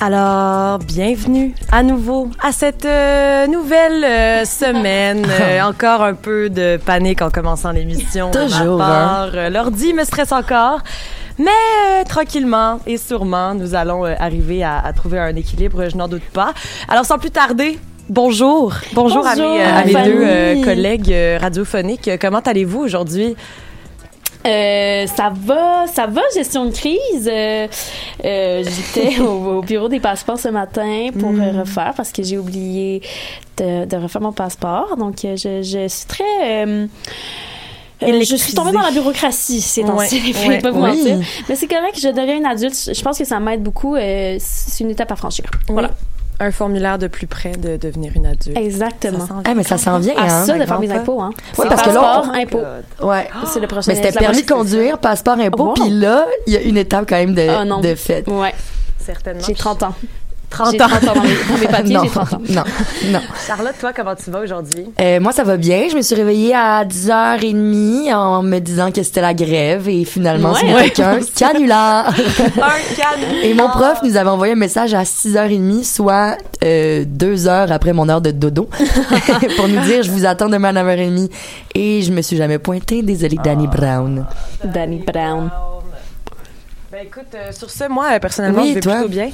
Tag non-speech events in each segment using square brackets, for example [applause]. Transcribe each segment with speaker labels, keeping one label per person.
Speaker 1: Alors, bienvenue à nouveau à cette euh, nouvelle euh, [laughs] semaine. Euh, encore un peu de panique en commençant l'émission. de ma
Speaker 2: Toujours,
Speaker 1: part. Euh, L'ordi me stresse encore. Mais euh, tranquillement et sûrement, nous allons euh, arriver à, à trouver un équilibre, je n'en doute pas. Alors, sans plus tarder, bonjour. Bonjour, à mes,
Speaker 2: Bonjour,
Speaker 1: euh, à mes
Speaker 2: Fanny.
Speaker 1: deux euh, collègues euh, radiophoniques. Comment allez-vous aujourd'hui?
Speaker 3: Euh, ça va, ça va, gestion de crise. Euh, euh,
Speaker 2: [laughs]
Speaker 3: J'étais au, au bureau des passeports ce matin pour
Speaker 2: Mm.
Speaker 3: euh, refaire parce que j'ai oublié de, de refaire mon passeport. Donc, euh, je, je suis très. euh, euh, je suis tombée dans la bureaucratie ces
Speaker 1: Ouais,
Speaker 3: temps-ci, je
Speaker 1: ouais,
Speaker 3: vais pas vous
Speaker 2: oui.
Speaker 3: mentir. Mais c'est correct, je deviens une adulte. Je- Je pense que ça m'aide beaucoup. euh, c'est une étape à franchir. Voilà.
Speaker 1: Un formulaire de plus près de devenir une adulte. Eh,
Speaker 3: Exactement.
Speaker 1: Ça sent
Speaker 2: Ah, mais ça s'en vient,
Speaker 3: À
Speaker 2: hein?
Speaker 3: ça de
Speaker 2: Vraiment
Speaker 3: faire mes
Speaker 2: pas.
Speaker 3: impôts. Hein.
Speaker 2: Oui,
Speaker 3: C'est
Speaker 2: parce que là,
Speaker 3: passeport, Ah,
Speaker 2: on-
Speaker 3: impôt.
Speaker 2: Ouais.
Speaker 3: C'est le prochain
Speaker 2: Mais c'était
Speaker 3: la
Speaker 2: permis de
Speaker 3: prochaine-
Speaker 2: conduire, passeport, impôt,
Speaker 3: Wow.
Speaker 2: puis là, il y a une étape quand même de,
Speaker 3: Ah, non.
Speaker 2: de fait.
Speaker 3: Ouais,
Speaker 1: certainement.
Speaker 3: j'ai 30 ans.
Speaker 1: 30
Speaker 3: J'ai 30 ans dans mes, dans mes
Speaker 2: [laughs]
Speaker 3: papiers,
Speaker 2: non,
Speaker 3: j'ai 30 ans.
Speaker 2: non, non.
Speaker 1: Charlotte, toi, comment tu vas aujourd'hui?
Speaker 2: Euh, moi, ça va bien. Je me suis réveillée à 10h30 en me disant que c'était la grève et finalement,
Speaker 3: Ouais.
Speaker 2: c'était
Speaker 3: Ouais.
Speaker 2: qu'un canular.
Speaker 1: [laughs] Un canon!
Speaker 2: Et mon prof nous avait envoyé un message à 6h30, soit euh, deux heures après mon heure de dodo, [laughs] pour nous dire « Je vous attends demain à 9h30 ». Et je me suis jamais pointée. Désolée, Danny
Speaker 3: Ah.
Speaker 2: Brown.
Speaker 3: Danny Brown.
Speaker 1: Ben écoute, euh, sur ce, moi, euh, personnellement,
Speaker 2: Oui,
Speaker 1: je vais
Speaker 2: toi?
Speaker 1: plutôt bien.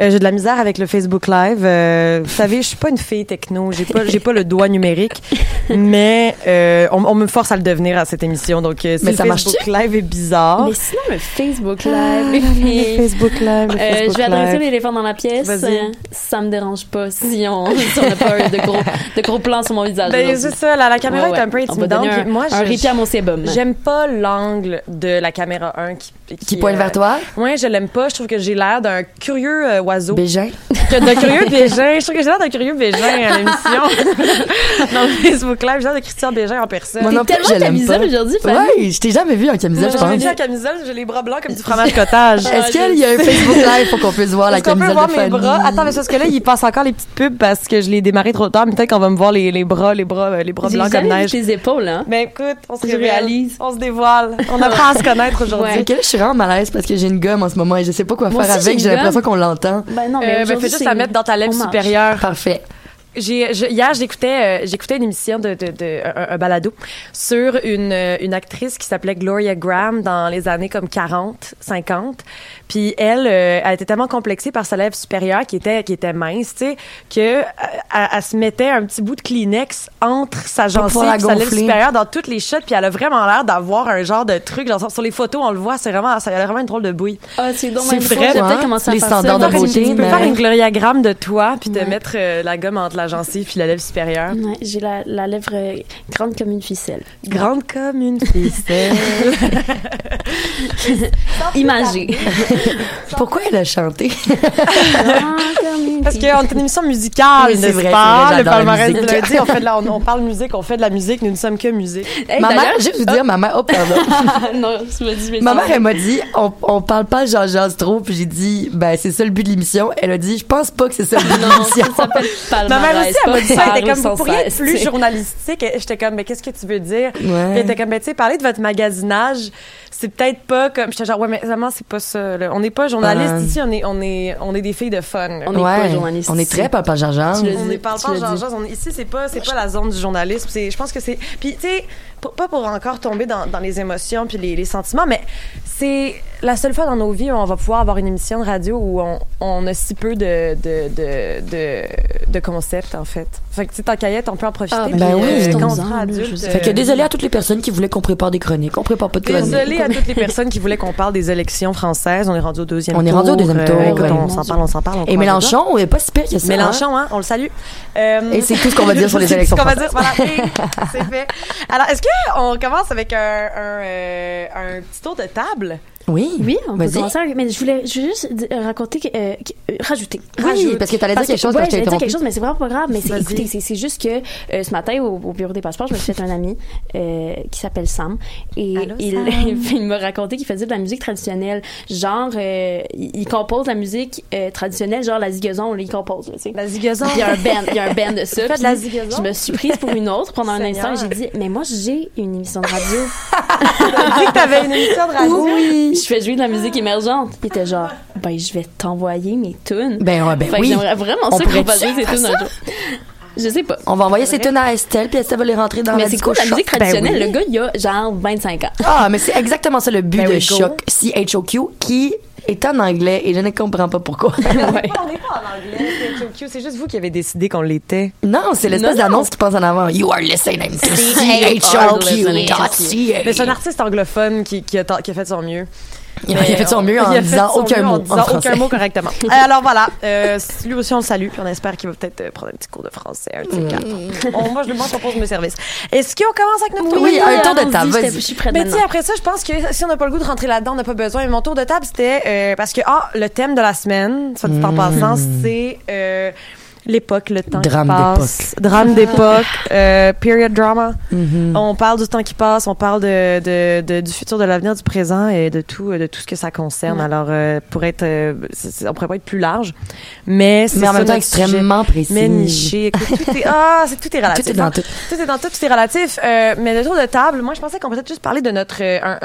Speaker 1: Euh, j'ai de la misère avec le Facebook Live. Euh, vous savez, je suis pas une fille techno. J'ai pas, j'ai pas le doigt numérique. mais euh, on, on me force à le devenir à cette émission. Donc, euh, si
Speaker 2: Mais
Speaker 1: le
Speaker 2: ça marche-tu?
Speaker 1: Facebook Live est bizarre...
Speaker 3: Mais sinon, le Facebook Live, les
Speaker 1: Le
Speaker 3: filles.
Speaker 1: Facebook Live, le
Speaker 3: Euh,
Speaker 1: Facebook
Speaker 3: je vais adresser
Speaker 1: Live.
Speaker 3: l'éléphant dans la pièce.
Speaker 1: Vas-y.
Speaker 3: Euh, Ça me dérange pas si on [laughs] si on n'a pas eu de gros, de gros plans sur mon visage.
Speaker 1: Ben,
Speaker 3: aujourd'hui.
Speaker 1: c'est ça, la, la caméra
Speaker 3: Ouais, ouais.
Speaker 1: est un peu
Speaker 3: On va
Speaker 1: intimidante.
Speaker 3: donner un,
Speaker 1: puis moi,
Speaker 3: un
Speaker 1: je-
Speaker 3: répit à mon sébum.
Speaker 1: j'aime pas l'angle de la caméra 1 qui...
Speaker 2: Qui pointe
Speaker 1: euh,
Speaker 2: vers toi?
Speaker 1: Ouais, je l'aime pas. Je trouve que j'ai l'air d'un curieux euh, oiseau.
Speaker 2: Bégin?
Speaker 1: Que d'un curieux Bégin. Je trouve que j'ai l'air d'un curieux Bégin à l'émission. Dans le Facebook Live, j'ai l'air de Christian Bégin en personne.
Speaker 2: Moi
Speaker 3: T'es
Speaker 2: non plus,
Speaker 3: tellement
Speaker 2: je l'aime
Speaker 3: camisole
Speaker 2: pas.
Speaker 3: aujourd'hui, Fanny.
Speaker 2: Ouais, je t'ai jamais vu en camisole, je
Speaker 1: J'ai mis
Speaker 2: pense.
Speaker 1: la camisole, j'ai les bras blancs comme du fromage cottage.
Speaker 2: Est-ce
Speaker 3: Ah,
Speaker 2: qu'il
Speaker 3: je
Speaker 2: y a un Facebook Live pour qu'on puisse voir la
Speaker 1: Est-ce qu'on
Speaker 2: camisole
Speaker 1: peut voir
Speaker 2: de
Speaker 1: mes
Speaker 2: Fanny?
Speaker 1: bras? Attends, mais c'est parce que là, il passe encore les petites pubs parce que je l'ai démarré trop tard. mais Peut-être qu'on va me voir les, les bras, les bras, euh, les bras
Speaker 3: J'ai
Speaker 1: blancs comme
Speaker 3: jamais
Speaker 1: neige.
Speaker 3: vu tes épaules, hein.
Speaker 1: Mais écoute, on se
Speaker 3: Je
Speaker 1: révèle,
Speaker 3: réalise.
Speaker 1: On se dévoile. On apprend à se connaître aujourd'hui. Euh,
Speaker 2: C'est que là, je suis vraiment mal à l'aise parce que j'ai une gomme en ce moment et je sais pas quoi
Speaker 3: Moi
Speaker 2: faire
Speaker 3: aussi, j'ai
Speaker 2: avec.
Speaker 3: une
Speaker 2: J'ai l'impression
Speaker 3: gomme.
Speaker 2: qu'on l'entend.
Speaker 3: Ben non,
Speaker 1: Euh,
Speaker 3: mais
Speaker 1: ben,
Speaker 3: aujourd'hui,
Speaker 1: fais juste
Speaker 3: c'est-
Speaker 1: la mettre dans ta lèvre
Speaker 3: on marche.
Speaker 1: supérieure.
Speaker 2: Parfait.
Speaker 1: J'ai, je- hier, j'écoutais, euh, j'écoutais une émission de, de, de un, un balado sur une, euh, une actrice qui s'appelait Gloria Graham dans les années comme 40, 50. Puis elle, euh, elle était tellement complexée par sa lèvre supérieure qui était qui était mince, tu sais, que euh, elle, elle se mettait un petit bout de Kleenex entre sa gencive
Speaker 2: pouvoir la
Speaker 1: et sa lèvre
Speaker 2: gonfler.
Speaker 1: supérieure dans toutes les shots. Puis elle a vraiment l'air d'avoir un genre de truc. Genre, sur les photos, on le voit, c'est vraiment, ça elle a vraiment une drôle de bouille.
Speaker 3: Ah, c'est donc
Speaker 2: C'est
Speaker 3: ben, faut-
Speaker 2: vrai,
Speaker 3: j'ai
Speaker 2: hein,
Speaker 3: peut-être commencé à
Speaker 2: les
Speaker 3: faire
Speaker 2: standards
Speaker 3: ça.
Speaker 2: de
Speaker 3: Ouais,
Speaker 2: beauté,
Speaker 3: j'ai-
Speaker 1: Tu peux
Speaker 2: mais-
Speaker 1: faire une Gloria Graham de toi puis te mettre euh, la gomme entre la gencive puis la lèvre supérieure.
Speaker 3: Ouais, j'ai la, la lèvre euh, grande comme une ficelle.
Speaker 1: Grande comme une [laughs] ficelle.
Speaker 3: Imagée.
Speaker 2: Pourquoi elle a chanté?
Speaker 3: Grande comme une
Speaker 1: Parce qu'on
Speaker 3: ficelle.
Speaker 1: est une émission musicale,
Speaker 2: Oui, c'est
Speaker 1: n'est-ce
Speaker 2: vrai,
Speaker 1: pas?
Speaker 2: c'est vrai,
Speaker 1: le
Speaker 2: j'adore la
Speaker 1: palmarès de
Speaker 2: musique.
Speaker 1: lundi, on, fait de la- on, on parle musique, on fait de la musique, nous ne sommes que musique.
Speaker 3: [laughs] Hey,
Speaker 2: ma mère,
Speaker 3: d'ailleurs-
Speaker 2: juste vous dire, ma mère, oh, pardon.
Speaker 3: [laughs] non, tu m'as dit, mais
Speaker 2: ma
Speaker 3: ça-
Speaker 2: mère, elle m'a dit, on, on parle pas Jean-Jean trop, puis j'ai dit, ben, c'est ça le but de l'émission. Elle a dit, je pense pas que c'est ça
Speaker 1: [laughs]
Speaker 2: le but de
Speaker 3: [laughs] Non, ça
Speaker 2: l'émission.
Speaker 3: s'appelle
Speaker 1: Ma
Speaker 3: palmarès.
Speaker 1: mère aussi, elle m'a dit ça, elle était
Speaker 3: pas
Speaker 1: comme, vous
Speaker 3: parler
Speaker 1: pourriez être
Speaker 3: sans
Speaker 1: plus
Speaker 3: cesse,
Speaker 1: journalistique. Et J'étais comme, mais qu'est-ce que tu veux dire?
Speaker 2: Ouais.
Speaker 1: Puis Elle était comme, mais tu sais, parler de votre magasinage, c'est peut-être pas comme... J'étais genre, ouais, mais vraiment, c'est pas ça. là. On n'est pas journaliste
Speaker 2: Euh.
Speaker 1: ici, on est, on, est, on est des filles de fun. là.
Speaker 3: On est
Speaker 2: Ouais,
Speaker 3: pas journaliste.
Speaker 2: On est très
Speaker 3: pas
Speaker 2: papa Jean-Jean.
Speaker 3: Tu le
Speaker 1: On
Speaker 3: dis,
Speaker 1: ne parle
Speaker 3: tu
Speaker 1: pas
Speaker 3: le
Speaker 1: genre,
Speaker 3: dis.
Speaker 1: genre, on- ici c'est pas c'est pas la zone du journalisme. C'est- je pense que c'est puis tu sais pour- pas pour encore tomber dans, dans les émotions puis les, les sentiments, mais c'est la seule fois dans nos vies où on va pouvoir avoir une émission de radio où on, on a si peu de de, de, de, de concepts en fait. Fait que tu sais, tant qu'à y être, on peut en profiter.
Speaker 3: Ah,
Speaker 1: puis,
Speaker 2: ben oui,
Speaker 1: euh, quand on
Speaker 3: profitons-en,
Speaker 1: sera
Speaker 3: là,
Speaker 1: adulte,
Speaker 3: je sais.
Speaker 1: euh,
Speaker 2: Fait que désolé à toutes les personnes qui voulaient qu'on prépare des chroniques. On prépare pas de chroniques.
Speaker 1: Désolée à toutes les personnes qui voulaient qu'on parle des élections françaises. On est rendu au deuxième
Speaker 2: On
Speaker 1: tour.
Speaker 2: est rendu au deuxième
Speaker 1: Euh,
Speaker 2: tour,
Speaker 1: écoute,
Speaker 2: ouais.
Speaker 1: on s'en parle, on s'en parle. on
Speaker 2: Et
Speaker 1: croise les doigts.
Speaker 2: Mélenchon, est pas si pire que ça.
Speaker 1: Mélenchon, hein, on le salue. Euh,
Speaker 2: Et c'est tout ce qu'on va dire sur les
Speaker 1: [laughs] c'est tout
Speaker 2: élections
Speaker 1: ce qu'on va dire,
Speaker 2: françaises.
Speaker 1: voilà. Et c'est fait. Alors, est-ce qu'on commence avec un, un, euh, un petit tour de table?
Speaker 2: hein? Oui.
Speaker 3: Oui, on peut
Speaker 2: Vas-y.
Speaker 3: commencer. avec- Mais je voulais je voulais juste di- raconter, que- euh, que- euh, rajouter.
Speaker 2: Oui,
Speaker 3: rajoute.
Speaker 2: parce que t'allais dire quelque chose
Speaker 3: ouais,
Speaker 2: quand je t'ai
Speaker 3: j'allais dire
Speaker 2: interrompu.
Speaker 3: quelque chose, mais c'est vraiment pas grave. Mais c'est,
Speaker 1: Vas-y.
Speaker 3: écoutez, c'est, c'est juste que euh, ce matin, au, au bureau des passeports, je me suis fait un ami euh, qui s'appelle Sam. Et
Speaker 1: Allô,
Speaker 3: il,
Speaker 1: Sam.
Speaker 3: [laughs] il m'a raconté qu'il faisait de la musique traditionnelle. Genre, euh, il il compose la musique euh, traditionnelle, genre la zigazon, on les compose. là, tu sais.
Speaker 1: La zigazon.
Speaker 3: Il y a un band, il y a un band de ça.
Speaker 1: Fais de
Speaker 3: puis
Speaker 1: la zigazon.
Speaker 3: Je me suis prise pour une autre pendant un
Speaker 1: Seigneur.
Speaker 3: instant et j'ai dit, mais moi, j'ai une émission de radio.
Speaker 1: dit que t'avais une émission de radio.
Speaker 3: Oui. [laughs] Je fais jouer de la musique émergente. Il était genre, ben, je vais t'envoyer mes tunes.
Speaker 2: Ben, ouais, ben
Speaker 3: Fait que
Speaker 2: oui.
Speaker 3: j'aimerais vraiment
Speaker 2: On
Speaker 3: ça qu'on
Speaker 2: pourrait-tu
Speaker 3: fasse jouer ces
Speaker 2: faire
Speaker 3: tunes un jour. Je sais pas.
Speaker 2: On va envoyer ces tunes à Estelle, puis Estelle va les rentrer dans
Speaker 3: Mais
Speaker 2: la
Speaker 3: c'est
Speaker 2: disco
Speaker 3: cool, la
Speaker 2: choc.
Speaker 3: musique
Speaker 2: Ben
Speaker 3: traditionnelle.
Speaker 2: oui.
Speaker 3: Le gars, il a genre 25 ans.
Speaker 2: Ah, mais c'est exactement ça le but
Speaker 1: Ben
Speaker 2: de
Speaker 1: oui, go.
Speaker 2: Choc, C-H-O-Q, qui est en anglais et je ne comprends pas pourquoi.
Speaker 3: Ouais.
Speaker 1: On n'est pas en anglais, c'est cute. C'est juste vous qui avez décidé qu'on l'était.
Speaker 2: [laughs] non, c'est l'espèce
Speaker 3: Non, non.
Speaker 2: d'annonce qui passe en avant. You are listening to
Speaker 1: [laughs]
Speaker 3: listening to
Speaker 2: C-H-O-Q dot C-A.
Speaker 1: Mais c'est un artiste anglophone qui, qui, a, ta- qui a fait son mieux. Euh,
Speaker 2: Il a fait son mieux en
Speaker 1: Il a fait
Speaker 2: disant
Speaker 1: son
Speaker 2: aucun
Speaker 1: mieux
Speaker 2: mot
Speaker 1: En
Speaker 2: en
Speaker 1: disant aucun
Speaker 2: français.
Speaker 1: mot
Speaker 2: [laughs]
Speaker 1: correctement. Euh, Alors voilà, euh, lui aussi on le salue, puis on espère qu'il va peut-être euh, prendre un petit cours de français, un petit quatre. On- Moi, je lui demande qu'on pose mes services. Est-ce qu'on commence avec notre tour?
Speaker 2: Oui, un tour de
Speaker 3: allons-y,
Speaker 2: table,
Speaker 3: j'étais-
Speaker 2: vas-y.
Speaker 3: Je suis prête
Speaker 1: Mais tu sais,
Speaker 3: maintenant.
Speaker 1: après ça, je pense que si on n'a pas le goût de rentrer là-dedans, on n'a pas besoin. Mon tour de table, c'était euh, parce que, ah, le thème de la semaine, soit dit
Speaker 2: Hmm.
Speaker 1: en passant, c'est euh, l'époque, le temps
Speaker 2: Drame
Speaker 1: qui passe. Drame d'époque.
Speaker 3: [laughs]
Speaker 1: euh, period drama.
Speaker 2: Mm-hmm.
Speaker 1: On parle du temps qui passe, on parle de, de- de- du futur, de l'avenir, du présent et de tout, euh, de tout ce que ça concerne. Alors, euh, pour être, euh, c'est- c'est- on pourrait pas être plus large, mais c'est
Speaker 2: Mais en
Speaker 1: ça
Speaker 2: même temps
Speaker 1: notre sujet.
Speaker 2: extrêmement
Speaker 1: Mais
Speaker 2: précis.
Speaker 1: niché. Écoute, tout
Speaker 2: [laughs]
Speaker 1: est, ah, c'est- tout est relatif.
Speaker 2: Tout est dans
Speaker 1: hein.
Speaker 2: tout.
Speaker 1: Tout est dans tout, tout est relatif. Euh, mais le tour de table, moi, je pensais qu'on pourrait peut-être juste parler de notre euh, un,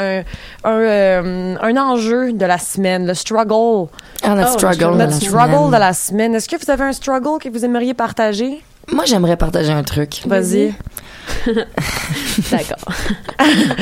Speaker 1: un, un, euh, un enjeu de la semaine, le struggle,
Speaker 2: Ah, notre
Speaker 3: Oh,
Speaker 1: notre
Speaker 2: struggle. de la
Speaker 1: struggle
Speaker 2: semaine.
Speaker 1: de la semaine. Est-ce que vous avez un struggle que vous aimeriez partager
Speaker 2: Moi, j'aimerais partager un truc.
Speaker 1: Vas-y,
Speaker 2: [laughs]
Speaker 3: D'accord.
Speaker 1: [laughs]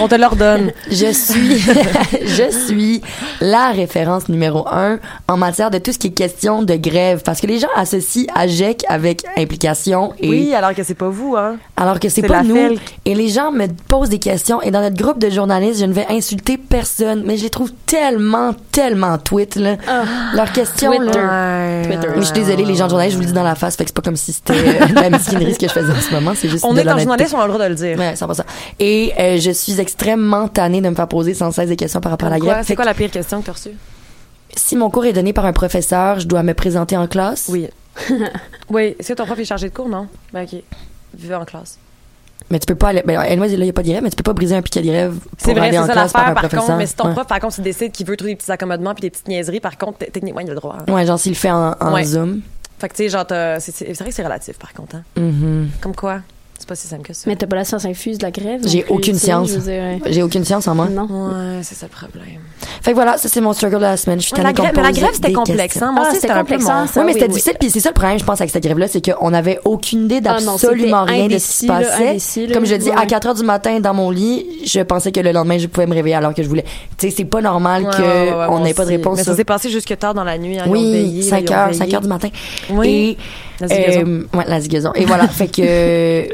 Speaker 1: on te l'ordonne.
Speaker 2: Je suis, [laughs] je suis la référence numéro un en matière de tout ce qui est question de grève. Parce que les gens associent AGEC avec implication et
Speaker 1: Oui, alors que c'est pas vous, hein.
Speaker 2: alors que c'est
Speaker 1: C'est
Speaker 2: pas
Speaker 1: la
Speaker 2: nous.
Speaker 1: felque.
Speaker 2: Et les gens me posent des questions. Et dans notre groupe de journalistes, je ne vais insulter personne. Mais je les trouve tellement, tellement tweet, là.
Speaker 1: Ah.
Speaker 2: Leurs questions,
Speaker 3: Twitter.
Speaker 2: là.
Speaker 3: Twitter.
Speaker 2: Je suis désolée, les gens de journalistes, je vous le dis dans la face. Fait que c'est pas comme si c'était [laughs] euh, de la mesquinerie ce que je faisais en ce moment. C'est juste
Speaker 1: On
Speaker 2: de
Speaker 1: est en
Speaker 2: l'honnêteté.
Speaker 1: journaliste, on a le droit de le dire.
Speaker 2: Ouais, 100%. Et euh, je suis extrêmement tannée de me faire poser sans cesse des questions par rapport à la
Speaker 1: Quoi?
Speaker 2: grève.
Speaker 1: c'est
Speaker 2: Fait
Speaker 1: quoi la pire question que tu as reçue
Speaker 2: que si mon cours est donné par un professeur, je dois me présenter en classe.
Speaker 1: Oui. [laughs] oui, est-ce que ton prof est chargé de cours, non Ben, OK. Vivez en classe.
Speaker 2: Mais tu peux pas aller. Ben, anyway, là, il n'y a pas de grève, mais tu peux pas briser un piquet de grève
Speaker 1: C'est
Speaker 2: pour
Speaker 1: vrai,
Speaker 2: aller
Speaker 1: c'est
Speaker 2: en
Speaker 1: ça
Speaker 2: classe
Speaker 1: l'affaire,
Speaker 2: par un
Speaker 1: par,
Speaker 2: professeur.
Speaker 1: contre. Mais si ton
Speaker 2: Ouais.
Speaker 1: prof, par contre, il décide qu'il veut trouver des petits accommodements puis des petites niaiseries, par contre, t- techniquement, il a le droit. hein.
Speaker 2: Ouais, genre s'il le fait en, en
Speaker 1: Ouais.
Speaker 2: Zoom.
Speaker 1: Fait que, tu sais, genre, t'as- c'est c'est- c'est vrai que c'est relatif, par contre. hein.
Speaker 2: Mhm.
Speaker 1: Comme quoi, c'est pas si simple que ça.
Speaker 3: Mais t'as pas la science infuse de la grève? euh, non
Speaker 2: J'ai
Speaker 1: euh,
Speaker 3: plus,
Speaker 2: aucune
Speaker 3: tu sais,
Speaker 2: science.
Speaker 3: je veux dire, ouais.
Speaker 2: J'ai aucune science en moi.
Speaker 3: Non.
Speaker 1: Ouais, c'est ça le problème.
Speaker 2: Fait que voilà, ça c'est mon struggle de la semaine. Je suis
Speaker 1: Mais la,
Speaker 2: tannée qu'on
Speaker 1: grève, mais la
Speaker 2: pose
Speaker 1: grève, c'était
Speaker 2: des
Speaker 1: complexe.
Speaker 2: questions.
Speaker 1: Hein? Moi
Speaker 3: Ah,
Speaker 1: aussi,
Speaker 3: c'était
Speaker 1: c'était un peu
Speaker 3: complexe,
Speaker 1: mon-
Speaker 3: hein, ça.
Speaker 2: oui, mais c'était
Speaker 3: oui,
Speaker 2: difficile. Puis c'est ça le problème, je pense, avec cette grève-là, c'est qu'on n'avait aucune idée
Speaker 3: Ah non,
Speaker 2: d'absolument
Speaker 3: c'était
Speaker 2: rien de ce qui se
Speaker 3: indécis, là,
Speaker 2: passait.
Speaker 3: indécis, là.
Speaker 2: Comme je dis, à
Speaker 3: Ouais.
Speaker 2: 4 heures du matin dans mon lit, je pensais que le lendemain, je pouvais me réveiller alors que je voulais. Tu sais, c'est pas normal
Speaker 1: Ouais,
Speaker 2: qu'on
Speaker 1: ouais, ouais, ouais, moi
Speaker 2: n'ait pas de
Speaker 1: aussi.
Speaker 2: réponse.
Speaker 1: Mais ça
Speaker 2: sur-
Speaker 1: s'est passé jusque tard dans la nuit. hein, ils ont
Speaker 2: Oui,
Speaker 1: veillé,
Speaker 2: 5
Speaker 1: ils ont
Speaker 2: heures,
Speaker 1: veillé.
Speaker 2: 5 heures du matin.
Speaker 1: Oui.
Speaker 2: Et,
Speaker 1: La zigazon.
Speaker 2: euh, ouais, la zigazon. Et voilà. fait
Speaker 3: [laughs]
Speaker 2: que euh,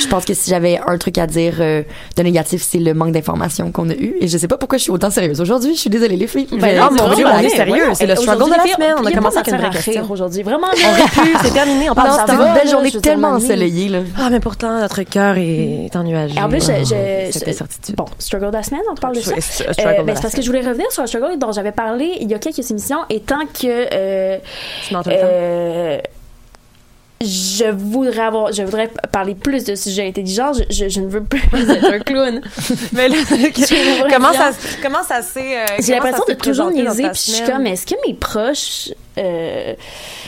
Speaker 2: je pense que si j'avais un truc à dire euh, de négatif, c'est le manque d'informations qu'on a eu. Et je sais pas pourquoi je suis autant sérieuse aujourd'hui. Je suis désolée, les filles.
Speaker 3: Ben,
Speaker 2: Mais-
Speaker 3: non,
Speaker 1: oh mon
Speaker 3: mais
Speaker 1: Dieu,
Speaker 3: on
Speaker 1: on est
Speaker 3: est,
Speaker 1: sérieux.
Speaker 3: ouais,
Speaker 1: C'est le
Speaker 3: on-
Speaker 1: struggle de la
Speaker 3: aujourd'hui,
Speaker 1: semaine.
Speaker 3: puis
Speaker 1: On a
Speaker 3: il y a
Speaker 1: commencé
Speaker 3: pas
Speaker 1: avec une
Speaker 3: d'affaire
Speaker 1: vraie
Speaker 3: à
Speaker 1: question.
Speaker 3: rire aujourd'hui. Vraiment,
Speaker 1: On
Speaker 3: là.
Speaker 1: aurait pu, c'est terminé. On
Speaker 2: Non,
Speaker 1: parle
Speaker 2: c'était
Speaker 3: Ah, ça
Speaker 1: de
Speaker 2: une
Speaker 3: va,
Speaker 2: belle
Speaker 3: là,
Speaker 2: journée
Speaker 3: je veux dire,
Speaker 2: tellement
Speaker 3: on est-
Speaker 2: ensoleillée, là.
Speaker 1: Ah, mais pourtant, notre cœur est ennuagé.
Speaker 3: En plus, je,
Speaker 1: Ah,
Speaker 3: je-
Speaker 1: cette
Speaker 3: je-
Speaker 1: incertitude.
Speaker 3: bon, struggle de la semaine, on parle de ça.
Speaker 1: Oui, c'est un
Speaker 3: Euh,
Speaker 1: struggle de
Speaker 3: ben,
Speaker 1: la
Speaker 3: c'est parce que
Speaker 1: semaine.
Speaker 3: je voulais revenir sur un struggle dont j'avais parlé il y a quelques émissions, étant que euh,
Speaker 1: Tu m'entends pas?
Speaker 3: euh, je voudrais avoir, je voudrais parler plus de sujets intelligents. Je, je- je ne veux plus être
Speaker 1: [laughs]
Speaker 3: un clown.
Speaker 1: Mais
Speaker 3: [laughs]
Speaker 1: là,
Speaker 3: vraiment
Speaker 1: comment, ça, comment ça s'est. euh,
Speaker 3: J'ai
Speaker 1: comment
Speaker 3: l'impression
Speaker 1: ça s'est
Speaker 3: de toujours
Speaker 1: présenté dans
Speaker 3: niaiser,
Speaker 1: ta
Speaker 3: puis je suis
Speaker 1: semaine?
Speaker 3: comme, est-ce que mes proches euh,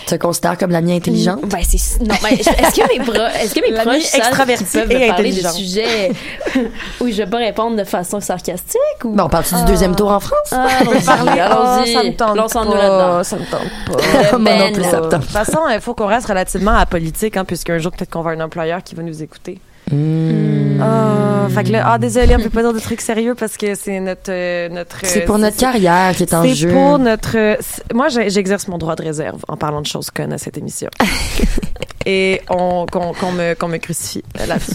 Speaker 2: Tu te considères comme la mienne intelligente?
Speaker 3: Ben, c'est. Non, mais est-ce que mes, pro- est-ce que mes
Speaker 1: L'ami
Speaker 3: proches savent
Speaker 1: extraverti
Speaker 3: qu'ils peuvent
Speaker 1: et
Speaker 3: me parler de
Speaker 1: intelligent.
Speaker 3: sujets [laughs] où je vais pas répondre de façon sarcastique ou.
Speaker 2: Bon, on parle-tu du deuxième tour en France?
Speaker 3: Ah,
Speaker 1: [laughs]
Speaker 3: allons-y, [laughs] allons-y.
Speaker 1: oh, ça me tente
Speaker 3: Lançons-nous
Speaker 1: pas.
Speaker 3: là-dedans.
Speaker 1: Ça me tente
Speaker 3: [laughs] Euh,
Speaker 1: pas.
Speaker 2: [laughs] Moi non
Speaker 3: ben,
Speaker 2: plus,
Speaker 3: non.
Speaker 2: ça me
Speaker 1: De toute
Speaker 2: tente.
Speaker 1: façon, il faut qu'on reste relativement à la politique, hein, puisqu'un jour, peut-être qu'on va avoir un employeur qui va nous écouter.
Speaker 3: Hmm.
Speaker 1: Ah, fait que là, ah, désolé, on peut pas dire de trucs sérieux parce que c'est notre. euh, notre
Speaker 2: C'est
Speaker 1: euh,
Speaker 2: pour notre carrière qui est en
Speaker 1: C'est
Speaker 2: jeu. [laughs]
Speaker 1: pour notre. euh, c'est- Moi, j'ai- j'exerce mon droit de réserve en parlant de choses connes à cette émission. Et on- qu'on qu'on me, qu'on me crucifie euh, là-dessus.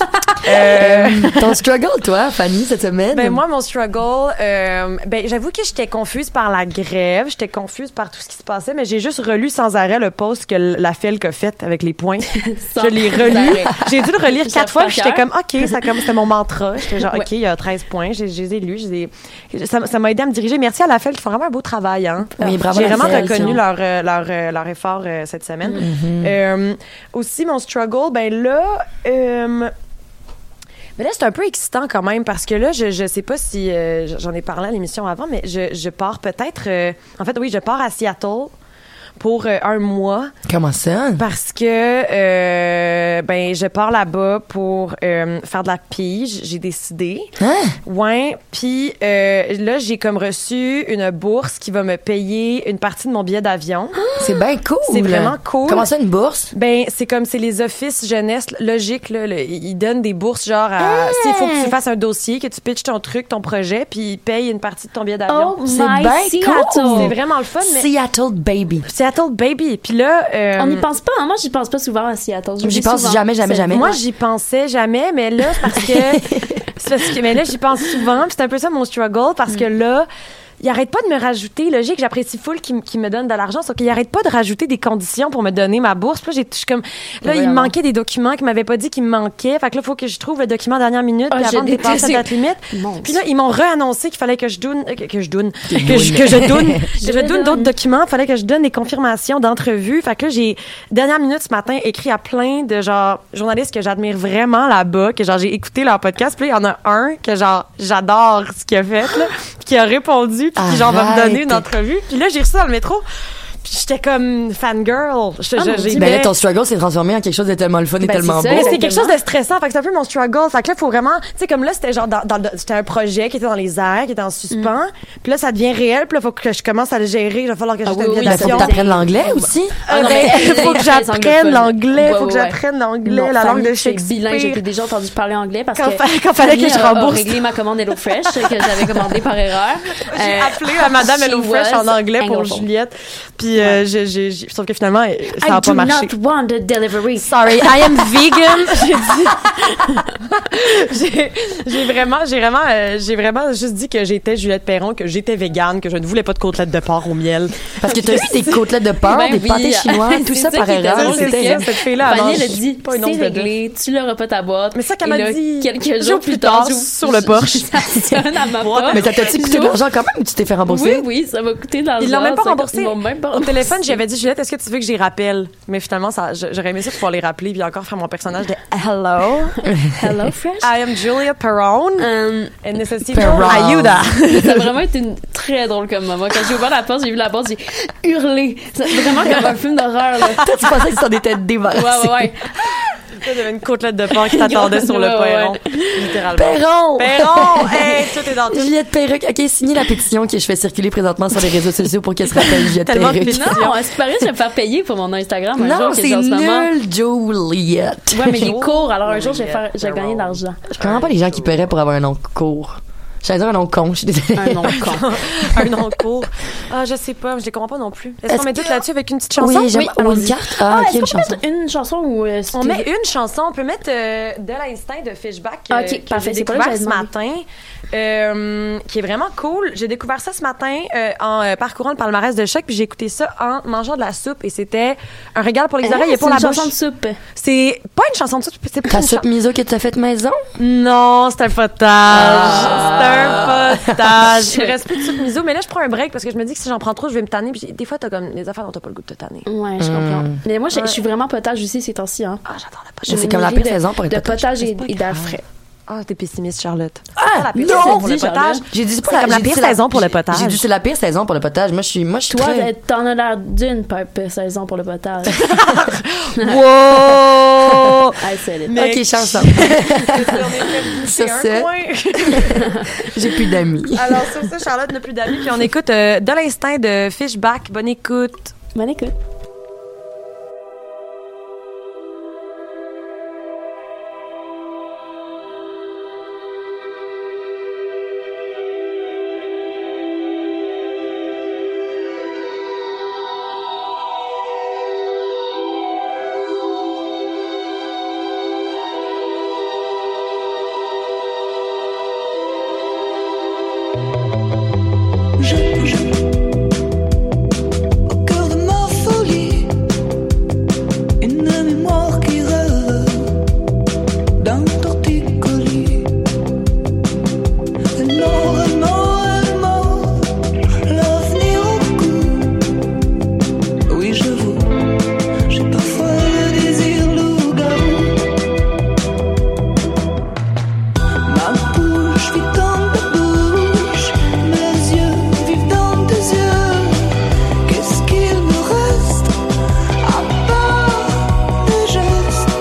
Speaker 1: Euh,
Speaker 2: Ton struggle, toi, Fanny, cette semaine?
Speaker 1: ben moi, mon struggle, euh, ben j'avoue que j'étais confuse par la grève, j'étais confuse par tout ce qui se passait, mais j'ai juste relu sans arrêt le post que l- la FELC a fait avec les points. je l'ai relu. J'ai dû le relire
Speaker 3: Je
Speaker 1: quatre fois,
Speaker 3: l'apprends
Speaker 1: puis j'étais
Speaker 3: par
Speaker 1: comme, OK, ça comme, c'était mon mantra. J'étais genre,
Speaker 3: Ouais.
Speaker 1: OK, il y a 13 points, j'ai- je les ai lus, je les ai- ça ça m'a aidé à me diriger. Merci à la FELC, ils font vraiment un beau travail, hein.
Speaker 2: Oui, bravo
Speaker 1: J'ai
Speaker 2: la
Speaker 1: vraiment
Speaker 2: Feld,
Speaker 1: reconnu
Speaker 2: tiens.
Speaker 1: leur, euh, leur, euh, leur effort euh, cette semaine.
Speaker 2: Mm-hmm.
Speaker 1: Euh, aussi, mon struggle, ben là, euh, mais là, c'est un peu excitant quand même parce que là, je, je sais pas si euh, j'en ai parlé à l'émission avant, mais je, je pars peut-être. euh, en fait, oui, je pars à Seattle pour euh, un mois
Speaker 2: Comment ça?
Speaker 3: ben,
Speaker 1: parce que euh, ben je pars là-bas pour euh, faire de la pige. J'ai décidé.
Speaker 2: Hein?
Speaker 1: Ouais, puis euh, là j'ai comme reçu une bourse qui va me payer une partie de mon billet
Speaker 3: [gasps]
Speaker 1: d'avion.
Speaker 2: C'est bien cool.
Speaker 1: C'est vraiment cool.
Speaker 2: Comment ça, une bourse?
Speaker 1: Ben, c'est comme c'est les offices jeunesse logique là, le- ils donnent des bourses genre à s'il faut que tu fasses un dossier, que tu pitches ton truc, ton projet, puis ils payent une partie de ton billet d'avion.
Speaker 3: Oh my
Speaker 2: C'est bien
Speaker 3: Seattle.
Speaker 2: cool.
Speaker 1: C'est vraiment le fun mais
Speaker 2: Seattle Baby.
Speaker 1: Seattle baby. Puis là euh,
Speaker 3: On n'y pense pas. hein. Moi, j'y pense pas souvent à Seattle. J'oublie
Speaker 2: J'y pense
Speaker 3: souvent.
Speaker 2: jamais, jamais,
Speaker 3: C'est-
Speaker 2: jamais.
Speaker 1: Moi, j'y pensais jamais, mais là, c'est parce
Speaker 3: [laughs]
Speaker 1: que. c'est parce que. Mais là, j'y pense souvent. puis C'est un peu ça mon struggle, parce que là. Il arrête pas de me rajouter, logique, j'apprécie full qui, me donne de l'argent, sauf qu'il arrête pas de rajouter des conditions pour me donner ma bourse. Puis là, j'ai- je suis comme, là, il me
Speaker 3: Vraiment.
Speaker 1: manquait des documents qu'il m'avait pas dit qu'il me manquait. Fait que là, faut que je trouve le document à dernière minute,
Speaker 3: Ah,
Speaker 1: puis avant
Speaker 3: je
Speaker 1: de dépasser
Speaker 3: déteste-
Speaker 1: la date limite.
Speaker 3: Mon
Speaker 1: Puis là, ils m'ont réannoncé qu'il fallait que je donne, euh, que, que je donne, que, je,
Speaker 2: donne.
Speaker 1: que je donne,
Speaker 3: [laughs]
Speaker 1: que je
Speaker 3: Je
Speaker 1: donne
Speaker 3: donne.
Speaker 1: d'autres documents. Il fallait que je donne des confirmations d'entrevues. Fait que là, j'ai, dernière minute ce matin, écrit à plein de, genre, journalistes que j'admire vraiment là-bas, que genre, j'ai écouté leur podcast. Puis là, il y en a un que, genre, j'adore ce qu'il a fait, là, puis qui a répondu, puis qui, genre, va me
Speaker 2: Arrête.
Speaker 1: donner une entrevue. Puis là, j'ai reçu dans le métro. Puis j'étais comme fangirl. Je-
Speaker 3: Ah,
Speaker 1: je-
Speaker 3: mon
Speaker 1: j'ai-
Speaker 3: Dieu.
Speaker 2: Ben là, ton struggle s'est transformé en quelque chose de tellement le fun et
Speaker 3: Ben,
Speaker 2: tellement
Speaker 3: c'est
Speaker 1: mais
Speaker 2: beau.
Speaker 3: ça.
Speaker 1: c'est
Speaker 3: Exactement.
Speaker 1: quelque chose de stressant. Fait que c'est un peu mon struggle. Fait que là, faut vraiment. Tu sais, comme là, c'était genre. Dans, dans le- c'était un projet qui était dans les airs, qui était en suspens. Puis là, ça devient réel. Puis là, faut que je commence à le gérer. Il va falloir que je
Speaker 3: Mm. Ah oui,
Speaker 1: devienne
Speaker 3: oui,
Speaker 2: Ben, faut que
Speaker 3: Exactement.
Speaker 2: t'apprennes l'anglais aussi.
Speaker 3: Ah non, mais-
Speaker 1: Il
Speaker 3: [laughs]
Speaker 1: faut que
Speaker 3: très
Speaker 1: j'apprenne
Speaker 3: anglophone.
Speaker 1: l'anglais.
Speaker 3: Ouais,
Speaker 1: faut que
Speaker 3: ouais, ouais.
Speaker 1: j'apprenne l'anglais,
Speaker 3: Non,
Speaker 1: la langue
Speaker 3: Fanny,
Speaker 1: de
Speaker 3: c'est bilingue. J'ai
Speaker 1: Shakespeare.
Speaker 3: déjà entendu parler anglais parce
Speaker 1: Quand
Speaker 3: que.
Speaker 1: fa- quand fallait que
Speaker 3: Fanny
Speaker 1: je
Speaker 3: a- a
Speaker 1: rembourse.
Speaker 3: réglé ma commande HelloFresh que j'avais commandée par erreur.
Speaker 1: J'ai
Speaker 3: Euh,
Speaker 1: appelé à Madame
Speaker 3: she
Speaker 1: HelloFresh en
Speaker 3: was
Speaker 1: anglais pour
Speaker 3: anglophone.
Speaker 1: Juliette. Puis euh, j'ai- j'ai- j'ai- sauf que finalement, euh, ça
Speaker 3: I
Speaker 1: n'a
Speaker 3: do
Speaker 1: pas marché.
Speaker 3: not want the delivery.
Speaker 1: Sorry, I
Speaker 3: [laughs]
Speaker 1: am vegan. J'ai dit. j'ai- [laughs] j'ai vraiment, j'ai vraiment, euh, j'ai vraiment juste dit que j'étais Juliette Perron, que j'étais végane, que je ne voulais pas de côtelettes de porc au miel.
Speaker 2: Parce que t'as eu
Speaker 3: [laughs]
Speaker 2: des côtelettes de
Speaker 1: Ah,
Speaker 2: porc,
Speaker 3: Ben
Speaker 2: des
Speaker 3: oui.
Speaker 2: pâtés
Speaker 3: [laughs]
Speaker 2: chinois, tout
Speaker 3: C'est
Speaker 2: ça
Speaker 3: ça
Speaker 2: par
Speaker 3: qui était
Speaker 2: erreur.
Speaker 3: drôle,
Speaker 2: c'était-
Speaker 3: c'est que
Speaker 1: cette fille-là. elle
Speaker 3: Fanny
Speaker 1: mange
Speaker 3: l'a dit,
Speaker 1: pas une once
Speaker 3: c'est
Speaker 1: de
Speaker 3: réglé, tu l'auras pas ta boîte.
Speaker 1: Mais ça qu'elle
Speaker 3: Et
Speaker 1: m'a
Speaker 3: là,
Speaker 1: dit,
Speaker 3: Quelques
Speaker 1: jours
Speaker 3: jours
Speaker 1: plus
Speaker 3: plus
Speaker 1: tard,
Speaker 3: tard, j'ouvre-
Speaker 1: sur le porche.
Speaker 3: [laughs] Ça sonne à
Speaker 1: [laughs]
Speaker 3: ma porte.
Speaker 2: Mais ça t'a-tu coûté de
Speaker 3: J'ouvre-
Speaker 2: l'argent quand même? Tu t'es fait
Speaker 3: Oui,
Speaker 2: rembourser?
Speaker 3: oui, ça m'a coûté dans
Speaker 1: Ils l'ont
Speaker 3: le
Speaker 1: même pas
Speaker 3: genre,
Speaker 1: remboursé.
Speaker 3: Ils m'ont même pas
Speaker 1: Au téléphone,
Speaker 3: remboursé.
Speaker 1: j'avais dit Juliette, est-ce que tu veux que j'y rappelle Mais finalement, ça, je- j'aurais aimé ça pouvoir les rappeler puis encore faire mon personnage de Hello,
Speaker 3: [laughs] Hello Fresh.
Speaker 1: I am Julia Perron
Speaker 3: Euh,
Speaker 1: and necessito
Speaker 2: Perron.
Speaker 1: ayuda.
Speaker 3: ça a vraiment été une très drôle comme moment. Quand j'ai ouvert la porte, j'ai vu la porte, j'ai hurlé. C'est vraiment comme un film
Speaker 1: [laughs]
Speaker 3: d'horreur. là.
Speaker 2: Toi, tu pensais que t'en étais
Speaker 3: Ouais,
Speaker 2: débarrassé.
Speaker 3: ouais, ouais.
Speaker 1: Là, J'avais une côtelette de
Speaker 3: [laughs]
Speaker 1: porc qui t'attendait sur le
Speaker 3: Ouais, ouais,
Speaker 1: perron,
Speaker 3: ouais.
Speaker 1: littéralement.
Speaker 2: Perron!
Speaker 1: Perron, hey, tout est dans tout.
Speaker 2: Juliette Perruque, ok, signez la pétition que je fais circuler présentement sur les réseaux sociaux pour qu'elle se rappelle Juliette
Speaker 1: Tellement
Speaker 2: Perruque.
Speaker 1: pénible.
Speaker 3: Non, est-ce que je vais me faire payer pour mon Instagram hein, un
Speaker 2: Non,
Speaker 3: jour que
Speaker 2: c'est
Speaker 3: j'ai en ce moment?
Speaker 2: nul, Juliette.
Speaker 1: [laughs]
Speaker 2: [laughs]
Speaker 3: Ouais, mais il est
Speaker 1: Oh,
Speaker 3: court, alors un jour, je vais, faire, je vais
Speaker 1: Juliette
Speaker 3: gagner de
Speaker 1: Perron.
Speaker 3: l'argent.
Speaker 2: Je comprends pas les gens qui paieraient pour avoir un nom court. J'allais dire un nom con, je suis désolée.
Speaker 3: Un nom con.
Speaker 1: [laughs] un nom court. Ah, je sais pas, je les comprends pas non plus. Est-ce
Speaker 2: Est-ce
Speaker 1: qu'on met
Speaker 2: que-
Speaker 1: tout là-dessus avec une petite
Speaker 2: Oui,
Speaker 1: chanson?
Speaker 2: j'aime. ou une
Speaker 3: allons-y.
Speaker 2: carte. Ah, ok,
Speaker 3: est-ce
Speaker 2: une
Speaker 3: qu'on peut
Speaker 2: chanson.
Speaker 3: mettre une chanson ou... euh,
Speaker 1: On
Speaker 3: c'est-
Speaker 1: met une chanson, on peut mettre euh, De l'instinct de Fishback euh,
Speaker 3: Ah, Ok,
Speaker 1: que
Speaker 3: parfait,
Speaker 1: j'ai
Speaker 3: c'est pas là que
Speaker 1: découvert ce
Speaker 3: j'avais
Speaker 1: matin, euh, qui est vraiment cool. J'ai découvert ça ce matin euh, en euh, parcourant le palmarès de choc, puis j'ai écouté ça en mangeant de la soupe et c'était un régal pour les oreilles et pour
Speaker 3: Eh, Oh, c'est
Speaker 1: la
Speaker 3: une chanson
Speaker 1: bouche.
Speaker 3: de soupe.
Speaker 1: C'est pas une chanson de soupe, c'est pas
Speaker 2: Ta
Speaker 1: une
Speaker 2: soupe
Speaker 1: chan-
Speaker 2: miso que t'as faite maison?
Speaker 1: Non, c'est un potage.
Speaker 2: Ah.
Speaker 1: C'est un [laughs] potage. Il me reste plus de soupe miso, mais là je prends un break parce que je me dis que si j'en prends trop, je vais me tanner. Puis j'ai- des fois, t'as comme les affaires dont t'as pas le goût de te tanner.
Speaker 3: Ouais, je comprends. Mais moi, je je suis vraiment potage aussi ces temps-ci. Hein.
Speaker 1: Ah, j'adore la potage.
Speaker 3: Je
Speaker 2: C'est
Speaker 3: me
Speaker 2: comme la
Speaker 3: nourris
Speaker 2: pire
Speaker 3: de-
Speaker 2: saison pour les
Speaker 3: De
Speaker 2: potages.
Speaker 3: potage et,
Speaker 1: pas
Speaker 3: et d'air
Speaker 1: grave.
Speaker 3: frais.
Speaker 1: Ah, t'es pessimiste, Charlotte.
Speaker 2: Ah,
Speaker 1: la pire
Speaker 2: non,
Speaker 1: saison pour
Speaker 3: dis,
Speaker 1: le potage.
Speaker 3: Charlotte.
Speaker 2: J'ai dit c'est
Speaker 1: C'est comme la
Speaker 2: j'ai
Speaker 1: pire
Speaker 2: dit, c'est
Speaker 1: saison pour le
Speaker 2: j'ai-
Speaker 1: potage.
Speaker 2: J'ai dit c'est la pire saison pour le potage. Moi je suis moi je suis
Speaker 3: Toi, euh,
Speaker 2: très-
Speaker 3: t'en as l'air d'une pa- pire saison pour le potage.
Speaker 1: [laughs]
Speaker 2: Wow!
Speaker 3: I said it.
Speaker 1: Mais-
Speaker 2: OK, change
Speaker 3: [laughs]
Speaker 2: ça. Sur ce,
Speaker 1: [laughs]
Speaker 2: j'ai plus d'amis.
Speaker 1: Alors, sur ça, Charlotte n'a plus d'amis. Puis on écoute euh, De l'instinct de Fishback. Bonne écoute.
Speaker 3: Bonne écoute.
Speaker 4: Je, je, au cœur de ma folie, une mémoire qui rêve d'un torticolis. Elle mord, elle mord, elle mord l'avenir au cou. Oui, je vous, j'ai parfois le désir loup-garou. Ma bouche vit dans ta bouche, mes yeux vivent dans tes yeux. Qu'est-ce qu'il me reste à part des gestes?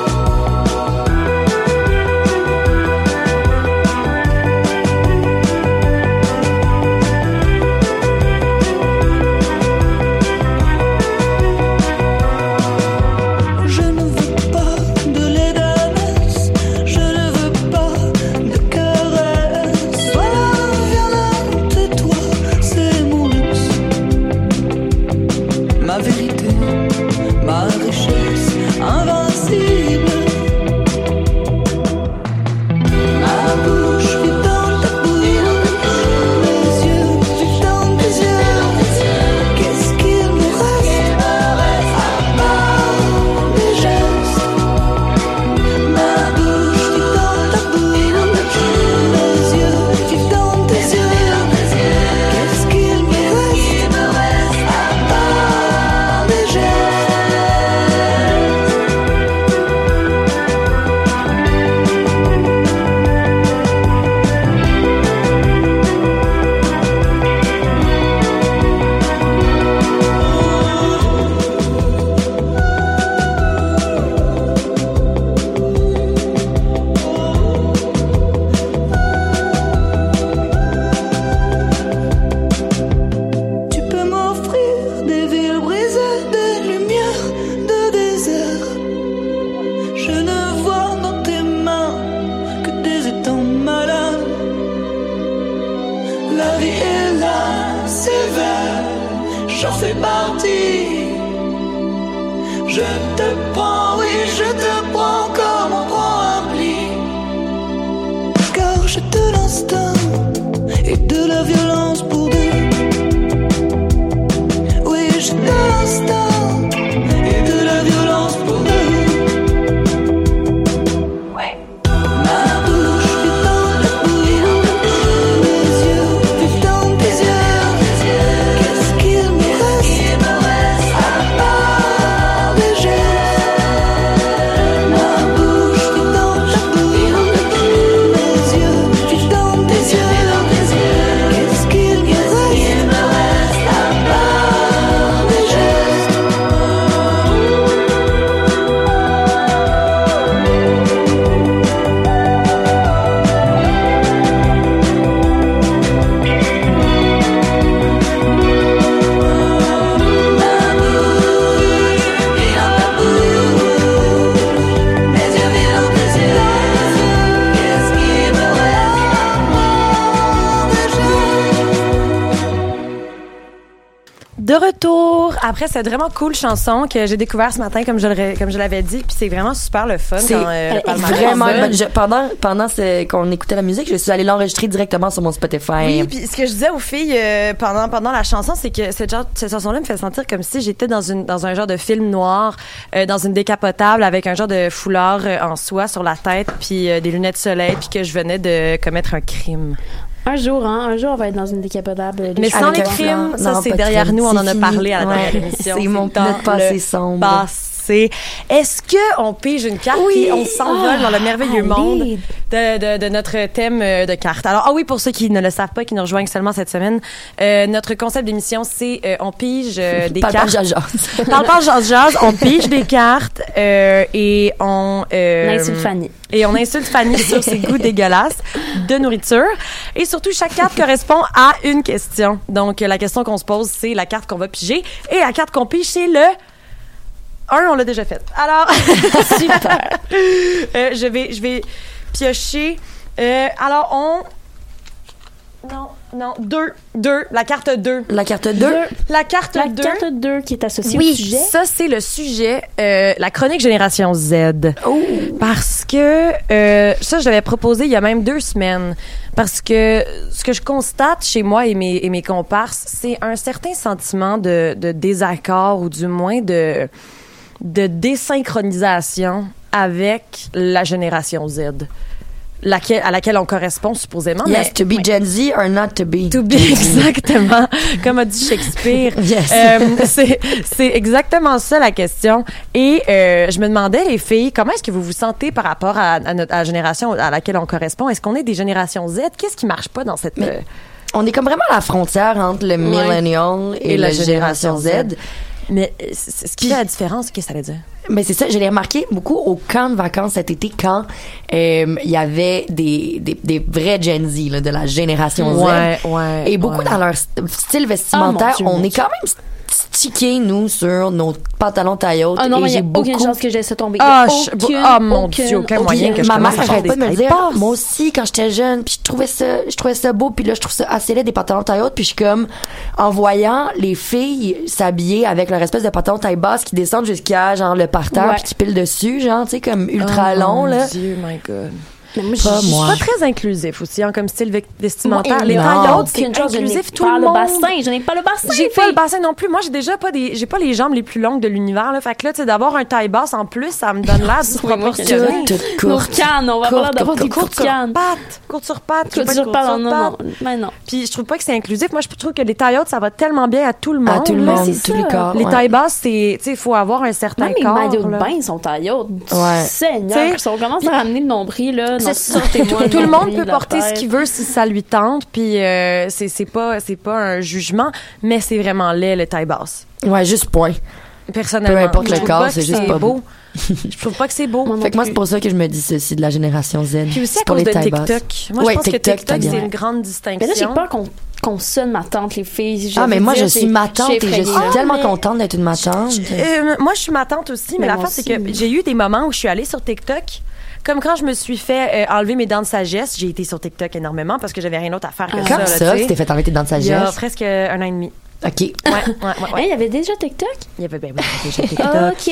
Speaker 4: Je ne veux pas de l'aidanesse, je ne veux pas de caresses. Voilà, viens là, tais-toi, c'est mon luxe. Ma vérité, ma richesse invincible. Ma bouche vit dans ta bouche, mes yeux vivent dans tes yeux. Qu'est-ce qu'il me reste à part des gestes Ma bouche vit dans ta bouche, mes yeux vivent dans tes yeux. Qu'est-ce qu'il me reste à part des gestes Tu peux m'offrir des villes brisées, des lumières de désert. Je ne vois dans tes mains que des étangs malades. La vie est là, sévère, j'en fais partie. Je te prends, oui, je te prends comme on prend un pli. Gorge de l'instinct et de la violence pour deux. Oui, j'ai de l'instinct et de la violence pour deux. Ouais. Ma bouche vit dans ta bouche, mes yeux vivent dans tes yeux. Qu'est-ce qu'il me reste à part des gestes Ma bouche vit dans ta bouche, mes yeux vivent dans tes yeux. Qu'est-ce qu'il me reste à part des gestes Ma bouche vit dans ta bouche, mes yeux vivent dans tes yeux. Qu'est-ce qui me reste à part des gestes
Speaker 1: De retour après cette vraiment cool chanson que j'ai découvert ce matin, comme je, le ré- comme je l'avais dit. Puis c'est vraiment super le fun.
Speaker 2: C'est
Speaker 1: quand, euh, le palmarès
Speaker 2: vraiment
Speaker 1: sonne.
Speaker 2: une bonne- je- pendant pendant ce- qu'on écoutait la musique, je suis allée l'enregistrer directement sur mon Spotify.
Speaker 1: Oui, puis ce que je disais aux filles euh, pendant pendant la chanson, c'est que cette, genre- cette chanson-là me fait sentir comme si j'étais dans une dans un genre de film noir, euh, dans une décapotable avec un genre de foulard euh, en soie sur la tête, puis euh, des lunettes de soleil, puis que je venais de commettre un crime.
Speaker 3: Un jour, hein, un jour, on va être dans une décapotable.
Speaker 1: Mais sans
Speaker 2: Avec
Speaker 1: les
Speaker 2: un
Speaker 1: crimes,
Speaker 2: plan.
Speaker 1: ça
Speaker 2: Non,
Speaker 1: c'est
Speaker 2: pas de
Speaker 1: derrière
Speaker 2: crimes.
Speaker 1: nous, on
Speaker 2: C'est
Speaker 1: en a
Speaker 2: fini.
Speaker 1: parlé à la
Speaker 2: Ouais.
Speaker 1: dernière émission.
Speaker 2: C'est mon
Speaker 1: temps
Speaker 2: notre passé
Speaker 1: le
Speaker 2: sombre.
Speaker 1: passé. c'est est-ce que on pige une carte
Speaker 3: Oui.
Speaker 1: et on s'envole
Speaker 3: Ah,
Speaker 1: dans le merveilleux
Speaker 3: allez.
Speaker 1: monde de, de- de notre thème euh, de cartes. Alors, ah oui, pour ceux qui ne le savent pas, qui nous rejoignent seulement cette semaine, euh, notre concept d'émission, c'est euh, on pige
Speaker 2: [laughs]
Speaker 1: euh, des
Speaker 2: Parle pas
Speaker 1: cartes.
Speaker 2: de [laughs] jase.
Speaker 1: Parle pas, jase, jase. On pige des cartes euh, et on... euh,
Speaker 3: On insulte Fanny.
Speaker 1: Et on insulte Fanny sur ses goûts dégueulasses de nourriture. Et surtout, chaque carte correspond à une question. Donc, euh, la question qu'on se pose, c'est la carte qu'on va piger. Et la carte qu'on pige, c'est le... Un, on l'a déjà fait. Alors, [laughs]
Speaker 3: Super.
Speaker 1: euh, je, vais, je vais piocher. Euh, alors, on... Non, non, deux. Deux. La carte deux.
Speaker 2: La carte 2.
Speaker 1: La carte
Speaker 3: La
Speaker 1: deux.
Speaker 3: carte 2 qui est associée au sujet.
Speaker 1: Ça, c'est le sujet, euh, la chronique Génération Z. Parce que euh, ça, je l'avais proposé il y a même deux semaines. Parce que ce que je constate chez moi et mes, et mes comparses, c'est un certain sentiment de, de désaccord ou du moins de, de désynchronisation avec la Génération Z. Laquelle, à laquelle on correspond supposément.
Speaker 2: Yes,
Speaker 1: mais,
Speaker 2: to be Gen Z or not to be. [laughs]
Speaker 1: To be exactement, comme a dit Shakespeare.
Speaker 2: Yes.
Speaker 1: Euh, c'est c'est exactement ça la question. Et euh, je me demandais, les filles, comment est-ce que vous vous sentez par rapport à, à notre à la génération à laquelle on correspond? Est-ce qu'on est des générations Z? Qu'est-ce qui marche pas dans cette... euh,
Speaker 2: On est comme vraiment à la frontière entre le millennial et, la génération Z.
Speaker 1: Mais euh, c- c- ce qui fait la différence, qu'est-ce que ça veut dire?
Speaker 2: Mais c'est ça, je l'ai remarqué beaucoup au camp de vacances cet été quand euh, il y avait des, des, des vrais Gen Z là, de la génération
Speaker 1: Ouais,
Speaker 2: Z.
Speaker 1: ouais,
Speaker 2: et beaucoup
Speaker 1: ouais.
Speaker 2: dans leur st- style vestimentaire,
Speaker 3: Ah, mon Dieu,
Speaker 2: on
Speaker 3: mon
Speaker 2: est
Speaker 3: Dieu.
Speaker 2: quand même stickés, nous, sur nos pantalons taille haute.
Speaker 3: Ah non,
Speaker 2: et
Speaker 3: mais il y
Speaker 2: j'ai
Speaker 3: a
Speaker 2: beaucoup...
Speaker 3: aucune chance que je laisse ça tomber.
Speaker 1: Ah, je-
Speaker 3: aucune,
Speaker 1: ah, mon
Speaker 3: aucune,
Speaker 1: Dieu, aucun
Speaker 3: aucune,
Speaker 1: moyen que je
Speaker 2: ma mère
Speaker 1: commence à
Speaker 2: arrête
Speaker 1: faire
Speaker 2: pas de
Speaker 1: des
Speaker 2: me dire
Speaker 1: sport.
Speaker 2: moi aussi quand j'étais jeune puis je trouvais ça je trouvais ça beau puis là je trouve ça assez laid des pantalons taille haute puis je suis comme en voyant les filles s'habiller avec leur espèce de pantalon taille basse qui descendent jusqu'à genre le parterre
Speaker 3: Ouais.
Speaker 2: puis qui pile dessus genre tu sais comme ultra
Speaker 1: Oh,
Speaker 2: long
Speaker 1: mon
Speaker 2: là
Speaker 1: Dieu, my God.
Speaker 3: Mais moi,
Speaker 2: Pas
Speaker 3: je-
Speaker 1: Je suis
Speaker 2: moi.
Speaker 1: pas très inclusif aussi, hein, comme style ve- vestimentaire.
Speaker 3: Moi,
Speaker 1: Les
Speaker 3: non.
Speaker 1: tailles hautes,
Speaker 3: Aucune
Speaker 1: c'est
Speaker 3: chance, je n'ai
Speaker 1: inclusif. Tout
Speaker 3: pas
Speaker 1: le
Speaker 3: le
Speaker 1: monde...
Speaker 3: bassin, je n'ai pas le bassin,
Speaker 1: J'ai pas
Speaker 3: fille.
Speaker 1: le bassin non plus. Moi, j'ai déjà pas des, j'ai pas les jambes les plus longues de l'univers. Là. Fait que là, tu sais, d'avoir un taille basse en plus, ça me donne
Speaker 3: [laughs]
Speaker 1: l'air disproportionné.
Speaker 2: Toutes
Speaker 3: Nos
Speaker 2: courtes.
Speaker 3: cannes, on va
Speaker 2: Courte,
Speaker 3: pas d'avoir
Speaker 2: courte,
Speaker 3: des
Speaker 2: courte,
Speaker 3: courtes
Speaker 2: courte.
Speaker 3: cannes.
Speaker 1: Pattes, courte sur patte,
Speaker 3: Courte sur pattes, non, non, non. Mais non.
Speaker 1: Puis je trouve pas que c'est inclusif. Moi, je trouve que les tailles hautes, ça va tellement bien à tout le monde.
Speaker 2: à tout le
Speaker 1: là.
Speaker 2: monde
Speaker 3: c'est
Speaker 2: tous
Speaker 3: ça.
Speaker 2: les corps
Speaker 1: Les
Speaker 2: ouais.
Speaker 1: tailles basses, c'est, tu sais, il faut avoir un certain
Speaker 3: Non, mais les
Speaker 1: corps.
Speaker 3: maillots de
Speaker 1: là.
Speaker 3: bain sont taillots.
Speaker 2: Ouais.
Speaker 3: Seigneur,
Speaker 1: T'sais,
Speaker 3: si on commence à ramener le nombril, là.
Speaker 1: C'est ça. [laughs] Tout le monde peut porter ce qu'il veut si ça lui tente, puis euh, c'est, c'est pas c'est pas un jugement, mais c'est vraiment laid le taille basse.
Speaker 2: ouais juste point
Speaker 1: Personnellement,
Speaker 2: Peu importe
Speaker 1: Je
Speaker 2: le
Speaker 1: trouve
Speaker 2: corps,
Speaker 1: pas que
Speaker 2: c'est juste pas beau.
Speaker 1: Je trouve pas que c'est beau.
Speaker 2: [laughs] fait que moi c'est pour ça que je me dis ceci de la génération Z
Speaker 1: Puis aussi à
Speaker 2: C'est pour
Speaker 1: cause de
Speaker 2: les tailles
Speaker 1: TikTok.
Speaker 2: basses.
Speaker 1: Moi,
Speaker 2: Ouais,
Speaker 1: je pense
Speaker 2: TikTok,
Speaker 1: que TikTok,
Speaker 2: t'as
Speaker 1: c'est
Speaker 2: bien.
Speaker 1: une grande
Speaker 3: Mais
Speaker 1: distinction.
Speaker 3: là, j'ai peur qu'on qu'on sonne ma tante, les filles. Je
Speaker 2: ah mais
Speaker 3: veux
Speaker 2: moi
Speaker 3: dire,
Speaker 2: je
Speaker 3: j'ai-
Speaker 2: suis ma tante et je
Speaker 3: effrayée,
Speaker 2: suis
Speaker 3: là.
Speaker 2: tellement
Speaker 3: Mais-
Speaker 2: contente d'être une ma tante
Speaker 1: Euh, moi, Ah, je suis ma tante aussi,
Speaker 2: Ben,
Speaker 1: mais,
Speaker 3: Mais
Speaker 1: la
Speaker 3: moi
Speaker 1: fin, c'est
Speaker 3: aussi.
Speaker 1: que j'ai eu des moments où je suis allée sur TikTok. Comme quand je me suis fait euh, enlever mes dents de sagesse, j'ai été sur TikTok énormément parce que j'avais rien d'autre à faire que ça.
Speaker 2: Ah. comme
Speaker 1: là,
Speaker 2: ça
Speaker 1: Ah, tu sais.
Speaker 2: tu t'es fait enlever dans de
Speaker 1: Il y a
Speaker 2: sagesse
Speaker 1: presque un an et demi.
Speaker 2: ok
Speaker 1: Ouais, ouais, ouais.
Speaker 2: [laughs]
Speaker 3: Hein,
Speaker 1: ouais.
Speaker 3: il y avait déjà TikTok?
Speaker 1: Il y avait ben, oui, déjà TikTok.
Speaker 3: Ok,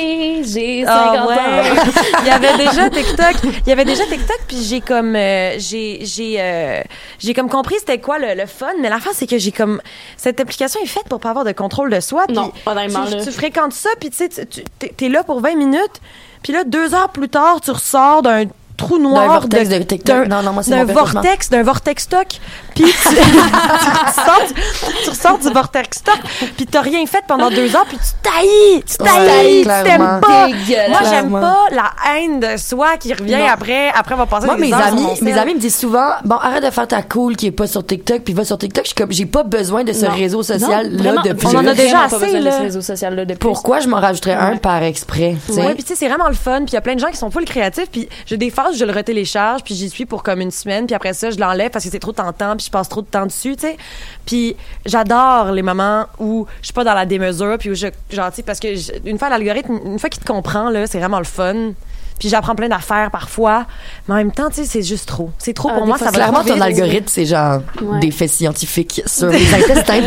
Speaker 3: j'ai 50
Speaker 1: Ah
Speaker 3: ans.
Speaker 1: ouais. [laughs] Il y avait déjà TikTok. Il y avait déjà TikTok, puis j'ai comme euh, j'ai j'ai euh, j'ai comme compris c'était quoi le, le fun. Mais la fin c'est que j'ai comme cette application est faite pour pas avoir de contrôle de soi. puis
Speaker 3: Non, honnêtement,
Speaker 1: tu,
Speaker 3: là.
Speaker 1: tu fréquentes ça, puis tu sais tu- tu- t'es- t'es là pour 20 minutes, puis là deux heures plus tard tu ressors d'un trou noir
Speaker 2: vortex de TikTok.
Speaker 1: d'un-
Speaker 2: Non, non, moi, c'est
Speaker 1: d'un
Speaker 2: mon pire cauchemar.
Speaker 1: vortex d'un vortex stock puis tu, [laughs] tu ressors du- tu ressors du vortex stock puis t'as rien fait pendant deux heures puis tu taillis tu taillis
Speaker 2: Ouais,
Speaker 1: tu t'aimes
Speaker 2: clairement.
Speaker 1: pas
Speaker 3: Dégueulasse.
Speaker 1: moi, j'aime
Speaker 2: Clairement.
Speaker 1: pas la haine de soi qui revient
Speaker 3: Non.
Speaker 1: après, après avoir passé
Speaker 2: Moi,
Speaker 1: des
Speaker 2: mes
Speaker 1: heures sur
Speaker 2: amis,
Speaker 1: mon sel.
Speaker 2: mes amis me disent souvent, bon, arrête de faire ta cool qui est pas sur TikTok, puis va sur TikTok. Je suis comme, j'ai pas besoin de ce
Speaker 3: Non.
Speaker 2: réseau
Speaker 3: Non,
Speaker 2: social-là
Speaker 3: vraiment,
Speaker 2: de plus.
Speaker 1: On en a déjà
Speaker 3: vraiment pas
Speaker 1: assez,
Speaker 3: besoin de
Speaker 1: là.
Speaker 3: ce réseau social-là de plus.
Speaker 2: Pourquoi je m'en rajouterais un par exprès? tu sais?
Speaker 1: Ouais, puis tu sais, c'est vraiment le fun. Puis il y a plein de gens qui sont full créatifs. Puis j'ai des phases, où je le retélécharge, puis j'y suis pour comme une semaine. Puis après ça, je l'enlève parce que c'est trop tentant, puis je passe trop de temps dessus, tu sais. Puis j'adore les moments où je suis pas dans la démesure, puis où je, genre, tu sais, parce que j- une fois l'algorithme, une fois qu'il te comprend, là, c'est vraiment le fun. Puis j'apprends plein d'affaires parfois. Mais en même temps, tu sais, c'est juste trop. C'est trop
Speaker 3: Ah,
Speaker 1: pour
Speaker 3: des
Speaker 1: moi,
Speaker 3: fois,
Speaker 1: ça va
Speaker 2: Clairement,
Speaker 1: trop
Speaker 2: ton
Speaker 1: vite.
Speaker 2: algorithme, c'est genre
Speaker 3: Ouais.
Speaker 2: des faits scientifiques sur les
Speaker 3: [laughs]
Speaker 2: intestins.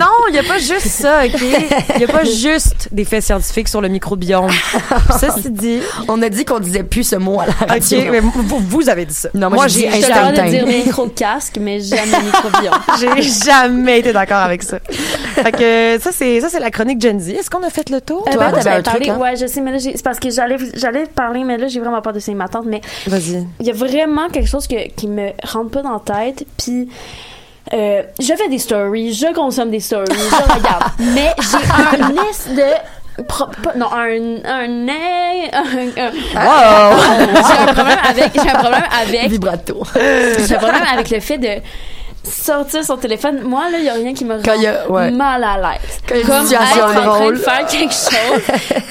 Speaker 1: Non, il n'y a pas juste ça, OK? Il n'y a pas juste des faits scientifiques sur le microbiome. Ceci dit,
Speaker 2: On a dit qu'on disait plus ce mot à la
Speaker 1: OK,
Speaker 2: radio.
Speaker 1: mais vous, vous avez dit ça.
Speaker 2: Non, moi, je dis
Speaker 3: Je
Speaker 1: j'ai
Speaker 3: te
Speaker 2: Instant
Speaker 3: demande de
Speaker 2: time.
Speaker 3: dire micro-casque, mais jamais microbiome.
Speaker 1: [laughs] j'ai jamais été d'accord avec ça. Fait que ça, c'est, ça, c'est la chronique Gen Z. Est-ce qu'on a fait le tour?
Speaker 3: Euh,
Speaker 2: Toi,
Speaker 3: ben,
Speaker 2: t'avais
Speaker 3: j'allais
Speaker 2: un truc,
Speaker 3: parler-
Speaker 2: hein?
Speaker 3: Ouais, je sais, mais là, j'ai- c'est parce que j'allais, j'allais parler, mais là, j'ai vraiment peur de saigner ma tante. Mais
Speaker 1: Vas-y.
Speaker 3: il y a vraiment quelque chose que- qui me rentre pas dans la tête, puis... euh, je fais des stories, je consomme des stories, je regarde. mais j'ai un liste de Pro- pas- non, un, un, un, un- un-
Speaker 2: Ah, Wow!
Speaker 3: j'ai un problème avec, j'ai un problème avec,
Speaker 2: Vibrato. [laughs]
Speaker 5: Euh,
Speaker 3: j'ai
Speaker 5: [laughs]
Speaker 3: un problème avec le fait de sortir son téléphone. Moi, là, il n'y a rien qui me
Speaker 2: Quand
Speaker 3: rend
Speaker 2: il y a- ouais.
Speaker 3: mal à l'aise.
Speaker 2: Quand il y a une
Speaker 3: Comme être
Speaker 2: situation
Speaker 3: en train de
Speaker 2: drôle.
Speaker 3: faire quelque chose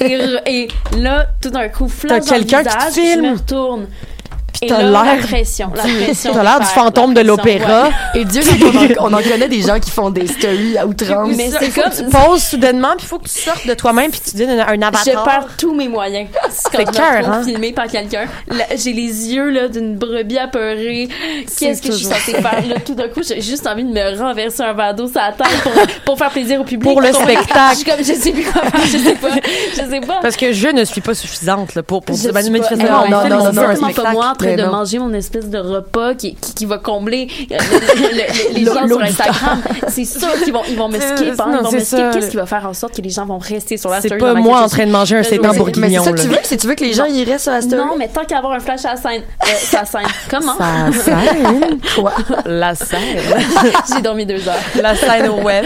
Speaker 5: [laughs]
Speaker 3: et, re- et là, tout d'un coup, flash
Speaker 5: T'as
Speaker 3: dans le
Speaker 5: quelqu'un qui te
Speaker 3: visage,
Speaker 5: filme.
Speaker 3: je me retourne. Et
Speaker 5: t'as
Speaker 3: là, la
Speaker 5: l'air-
Speaker 3: pression,
Speaker 1: [laughs]
Speaker 3: la pression.
Speaker 5: T'as l'air du
Speaker 3: de faire,
Speaker 5: fantôme de
Speaker 3: la pression,
Speaker 5: l'opéra.
Speaker 3: ouais.
Speaker 2: Et Dieu sait qu'on en, on en connaît des gens qui font des stories à outrance.
Speaker 3: Mais c'est
Speaker 1: Faut que tu
Speaker 3: comme,
Speaker 5: Pose soudainement, puis il faut que tu sortes de toi-même, puis tu deviens un, un avatar.
Speaker 3: Je perds tous
Speaker 5: [laughs]
Speaker 3: mes moyens. Quand je me
Speaker 5: cœur,
Speaker 3: retrouve
Speaker 5: hein?
Speaker 3: filmée par quelqu'un, Là, j'ai les yeux là, d'une brebis apeurée. Qu'est-ce que je suis
Speaker 5: toujours-
Speaker 3: censée faire?
Speaker 5: [laughs]
Speaker 3: Là, tout d'un coup, j'ai juste envie de me renverser un verre d'eau sur la tête pour, pour faire plaisir au public.
Speaker 5: Pour le
Speaker 3: Vous comprenez?
Speaker 5: spectacle.
Speaker 3: Je suis comme, je sais plus quoi faire, je sais pas. Je sais pas.
Speaker 5: Parce que je ne suis pas suffisante là, pour, pour
Speaker 3: Je
Speaker 5: ben,
Speaker 3: suis
Speaker 5: manifestement,
Speaker 3: pas-
Speaker 5: on
Speaker 2: non,
Speaker 5: fait
Speaker 2: non,
Speaker 5: le-
Speaker 2: non,
Speaker 5: on fait un
Speaker 3: certainement pas
Speaker 5: spectacle.
Speaker 3: moi en train
Speaker 2: Mais
Speaker 3: de
Speaker 2: non.
Speaker 3: manger mon espèce de repas qui, qui, qui va combler euh, le- le- le- les gens sur Instagram.
Speaker 5: [laughs]
Speaker 3: C'est sûr qu'ils vont, ils vont me
Speaker 5: C'est-
Speaker 3: skip. hein,
Speaker 5: non,
Speaker 3: ils vont
Speaker 5: c'est
Speaker 3: me
Speaker 5: ça.
Speaker 3: skip. Qu'est-ce qui va faire en sorte que les gens vont rester sur la
Speaker 5: C'est
Speaker 3: story
Speaker 5: pas
Speaker 3: pendant que
Speaker 5: moi
Speaker 3: je
Speaker 5: en train de manger un
Speaker 3: je-
Speaker 5: sétan
Speaker 3: je-
Speaker 2: Mais c'est
Speaker 5: bourguignon.
Speaker 2: ça que
Speaker 5: là.
Speaker 2: tu veux? C'est tu veux que les gens y restent sur la story?
Speaker 3: Non, mais tant qu'à avoir un flash à la scène. Euh, [laughs] ça scène. Comment? [laughs]
Speaker 2: Ça scène, quoi?
Speaker 5: La scène.
Speaker 3: J'ai dormi deux heures.
Speaker 5: La scène au web.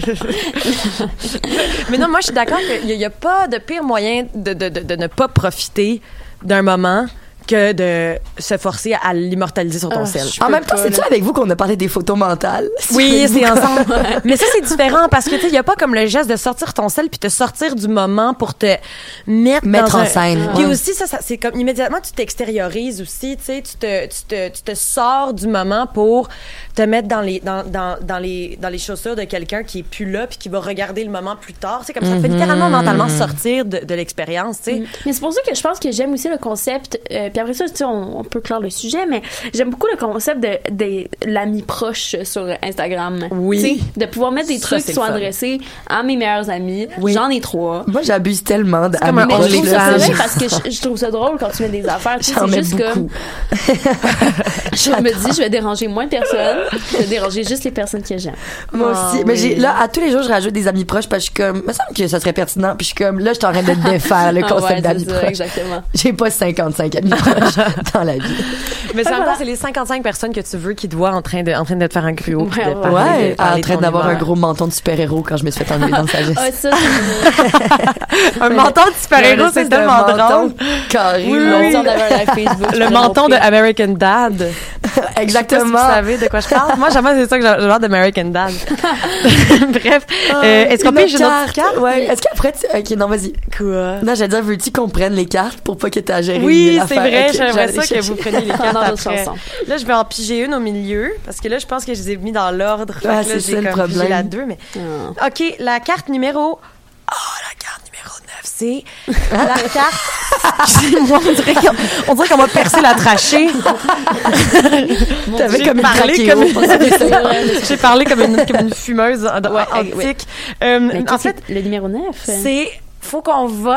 Speaker 1: [laughs] Mais non, moi, je suis d'accord qu'il n'y a, pas de pire moyen de, de- de- de ne pas profiter d'un moment que de se forcer à l'immortaliser sur ton
Speaker 3: Ah,
Speaker 1: sel.
Speaker 3: je
Speaker 2: En
Speaker 3: peux
Speaker 2: même temps,
Speaker 3: pas,
Speaker 2: c'est-tu
Speaker 3: là.
Speaker 2: avec vous qu'on a parlé des photos mentales?
Speaker 1: Oui, c'est ensemble. [laughs] Mais ça, c'est différent parce que, tu sais, il n'y a pas comme le geste de sortir ton sel puis te sortir du moment pour te mettre,
Speaker 2: Mettre
Speaker 1: dans
Speaker 2: en
Speaker 1: un-
Speaker 2: scène,
Speaker 1: Puis
Speaker 2: ouais.
Speaker 1: aussi, ça, ça, c'est comme immédiatement, tu t'extériorises aussi, tu sais, tu te, tu, te, tu te sors du moment pour te mettre dans les, dans, dans, dans les, dans les chaussures de quelqu'un qui est plus là puis qui va regarder le moment plus tard. C'est comme ça, fait
Speaker 2: Mm-hmm.
Speaker 1: littéralement mentalement sortir de, de l'expérience, tu sais.
Speaker 3: Mais c'est pour ça que je pense que j'aime aussi le concept. euh, puis après ça, tu sais, on, on peut clore le sujet, mais j'aime beaucoup le concept de, de l'ami proche sur Instagram.
Speaker 1: Oui.
Speaker 3: Tu sais, de pouvoir mettre des
Speaker 1: Ça,
Speaker 3: trucs
Speaker 1: c'est
Speaker 3: qui sont
Speaker 1: le fun.
Speaker 3: adressés à mes meilleurs amis. J'en ai trois.
Speaker 2: Moi, j'abuse tellement de
Speaker 5: comme un
Speaker 2: mes
Speaker 3: Ah, Mais
Speaker 5: on
Speaker 3: je trouve
Speaker 5: les
Speaker 3: ça
Speaker 5: aime.
Speaker 3: vrai [laughs] parce que je, je trouve ça drôle quand tu mets des affaires. Tu sais,
Speaker 2: J'en
Speaker 3: c'est
Speaker 2: mets
Speaker 3: juste
Speaker 2: beaucoup.
Speaker 3: [laughs] comme. je me dis, je vais déranger moins personne. Je vais déranger juste les personnes que j'aime.
Speaker 2: Moi aussi. Mais j'ai, là, à tous les jours, je rajoute des amis proches parce que je suis comme, me semble que ça serait pertinent. Puis je suis comme, là, je suis en train de
Speaker 5: [laughs]
Speaker 2: défaire le
Speaker 3: Ah
Speaker 2: concept
Speaker 3: ouais,
Speaker 2: d'amis
Speaker 3: c'est ça,
Speaker 2: proches.
Speaker 3: Exactement.
Speaker 2: J'ai pas
Speaker 5: [laughs]
Speaker 2: 55 amis proches dans la vie.
Speaker 1: Mais c'est en même
Speaker 3: voilà.
Speaker 1: temps, c'est les 55 personnes que tu veux qui te voient en train de, en train de te faire un gruau. puis de
Speaker 3: Ouais,
Speaker 1: parler de- parler
Speaker 2: Ouais, en
Speaker 1: de
Speaker 2: train
Speaker 1: ton
Speaker 2: d'avoir un
Speaker 1: humeur.
Speaker 2: gros menton de super-héros quand je me suis fait enlever dans le sagesse.
Speaker 3: Ah, ça,
Speaker 1: [laughs]
Speaker 3: c'est-
Speaker 5: un menton de super-héros, c'est tellement drôle.
Speaker 2: Carré,
Speaker 5: Oui,
Speaker 2: long.
Speaker 5: oui.
Speaker 3: on avait un live Facebook.
Speaker 5: Le menton de American Dad. Je sais pas si vous
Speaker 2: Exactement.
Speaker 5: savez de quoi je parle. Moi, jamais c'est ça que j'ai j'ai l'air d'American Dad. [laughs] Bref, euh, est-ce qu'on
Speaker 2: Une
Speaker 5: peut
Speaker 2: autre
Speaker 5: juste une autre carte?
Speaker 2: Ouais. Est-ce qu'après, tu... ok, non, vas-y.
Speaker 5: Quoi?
Speaker 2: Non, j'allais dire, veux-tu qu'on prenne les cartes pour pas que t'aies à gérer
Speaker 5: Oui,
Speaker 2: mille
Speaker 5: c'est
Speaker 2: affaires?
Speaker 5: vrai.
Speaker 2: Ok,
Speaker 5: J'aimerais
Speaker 2: j'allais
Speaker 5: ça que
Speaker 2: chercher.
Speaker 5: vous preniez les cartes
Speaker 3: Pendant d'autres
Speaker 5: après.
Speaker 3: chansons.
Speaker 1: Là, je vais en piger une au milieu parce que là, je pense que je les ai mis dans l'ordre. Fait que
Speaker 2: Ouais,
Speaker 1: là,
Speaker 2: c'est
Speaker 1: j'ai
Speaker 2: ça le
Speaker 1: comme pigé
Speaker 2: problème.
Speaker 1: la deux, mais... OK, la carte numéro... Oh, la carte numéro 9, c'est la carte... Excusez-moi, on dirait qu'on- on dirait qu'on m'a percé la [laughs] trachée.
Speaker 2: T'avais
Speaker 5: J'ai
Speaker 2: comme une
Speaker 5: parlé
Speaker 2: trachéo.
Speaker 5: comme une-
Speaker 1: [laughs]
Speaker 3: de.
Speaker 5: J'ai parlé comme une, comme une fumeuse en- en-
Speaker 3: Ouais,
Speaker 1: Antique. Euh, en fait,
Speaker 3: le numéro 9.
Speaker 1: c'est... Faut qu'on vote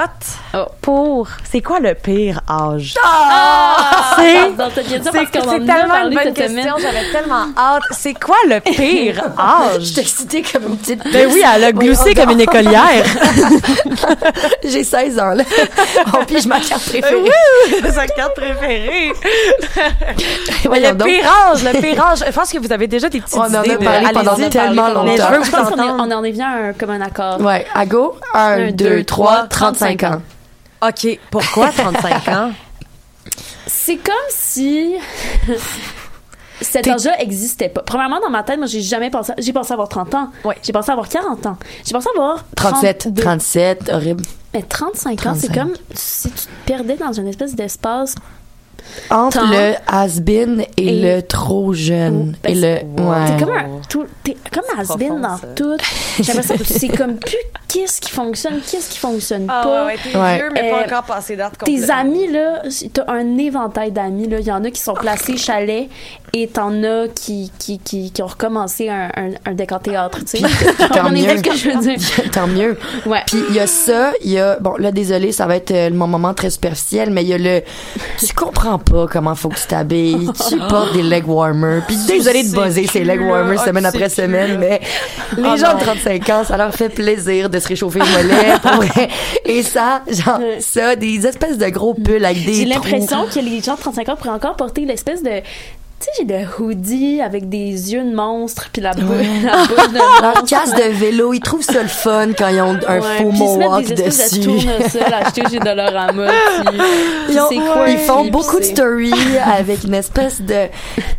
Speaker 3: Oh.
Speaker 1: pour... C'est quoi le pire âge?
Speaker 2: Ah!
Speaker 1: Ah, c'est...
Speaker 3: C'est
Speaker 1: C'est c'est tellement une bonne question, j'avais tellement hâte. C'est quoi le
Speaker 2: [laughs]
Speaker 1: pire
Speaker 2: Je
Speaker 1: âge?
Speaker 2: t'ai excitée comme une petite.
Speaker 5: Ben oui, elle a gloussé
Speaker 2: Voyons
Speaker 5: comme une
Speaker 2: donc. [laughs]
Speaker 5: écolière.
Speaker 2: J'ai 16 ans, là. On pige ma carte
Speaker 1: Ben
Speaker 2: préférée.
Speaker 1: [laughs] C'est sa carte préférée.
Speaker 2: [laughs] Voyons
Speaker 1: le
Speaker 2: donc.
Speaker 1: pire âge, le pire âge. Je pense que vous avez déjà des petites
Speaker 2: On en a
Speaker 1: idées. de-
Speaker 2: parlé pendant
Speaker 1: allez-y.
Speaker 2: tellement
Speaker 1: Mais je
Speaker 2: longtemps.
Speaker 1: veux
Speaker 3: Je
Speaker 1: vous
Speaker 3: pense qu'on est-
Speaker 1: entendre.
Speaker 3: on en est venu à un, comme un accord.
Speaker 2: Ouais, à go. 1,
Speaker 3: Un,
Speaker 2: 2,
Speaker 3: deux,
Speaker 2: 3,
Speaker 3: trois,
Speaker 2: 35 ans.
Speaker 1: OK, [laughs] pourquoi 35 ans?
Speaker 3: C'est comme si [laughs] cet âge-là n'existait pas. Premièrement, dans ma tête, moi, j'ai jamais pensé. J'ai pensé avoir 30 ans.
Speaker 1: Ouais.
Speaker 3: J'ai pensé avoir 40 ans. J'ai pensé avoir
Speaker 2: 37.
Speaker 3: 32.
Speaker 2: 37, horrible.
Speaker 3: Mais 35 ans, c'est
Speaker 2: 35.
Speaker 3: comme si tu te perdais dans une espèce d'espace
Speaker 2: Entre
Speaker 3: Temps.
Speaker 2: le has-been et,
Speaker 3: Et-
Speaker 2: le trop jeune.
Speaker 3: Parce-
Speaker 2: et le. Ouais.
Speaker 3: T'es comme un, tout- t'es comme un has-been
Speaker 1: profond,
Speaker 3: dans
Speaker 1: ça.
Speaker 3: tout. J'ai l'impression que c'est
Speaker 1: [laughs]
Speaker 3: comme plus qu'est-ce qui fonctionne, qu'est-ce qui fonctionne pas.
Speaker 1: Ah ouais, t'es
Speaker 2: Ouais.
Speaker 1: vieux, mais pas
Speaker 3: Euh,
Speaker 1: encore passé d'art
Speaker 3: Tes amis, là, t'as un éventail d'amis, là. Il y en a qui sont placés chalet et t'en as qui, qui, qui, qui ont recommencé un, un, un décor théâtre, tu sais. [laughs] Comprenez-vous
Speaker 2: mieux.
Speaker 3: ce que je veux
Speaker 2: [laughs]
Speaker 3: dire?
Speaker 2: Tant mieux.
Speaker 3: Ouais.
Speaker 2: Puis il y a ça, il y a bon là désolé, ça va être euh, mon moment très superficiel, mais il y a
Speaker 3: [laughs]
Speaker 2: le tu comprends pas comment faut que tu t'habilles, tu
Speaker 3: Ah.
Speaker 2: portes des leg warmers. Puis désolé de
Speaker 1: sais
Speaker 2: buzzer
Speaker 1: plus,
Speaker 2: ces leg warmers
Speaker 1: là. Ah,
Speaker 2: semaine
Speaker 1: tu
Speaker 2: après
Speaker 1: sais
Speaker 2: semaine, mais
Speaker 3: Oh,
Speaker 2: les gens de 35 ans, ça leur fait plaisir de se réchauffer les
Speaker 3: [laughs]
Speaker 2: mollets pour vrai. Et ça, genre ça des espèces de gros pulls avec des
Speaker 3: J'ai
Speaker 2: trous.
Speaker 3: l'impression que les gens de 35 ans pourraient encore porter l'espèce de Tu sais, j'ai des hoodies avec des yeux de monstre, puis la, bou-
Speaker 2: Ouais.
Speaker 3: la bouche de
Speaker 2: Leur casse de vélo, ils trouvent ça le fun quand ils ont un
Speaker 3: Ouais,
Speaker 2: faux
Speaker 3: puis ils se mettent
Speaker 2: mohawk
Speaker 3: des espèces
Speaker 2: dessus.
Speaker 3: De tournesols achetés chez Dollarama. Puis, puis
Speaker 2: [laughs] Ils, ont-
Speaker 3: c'est quoi
Speaker 2: ils font
Speaker 3: puis
Speaker 2: beaucoup de
Speaker 3: c'est- [laughs]
Speaker 2: stories avec une espèce de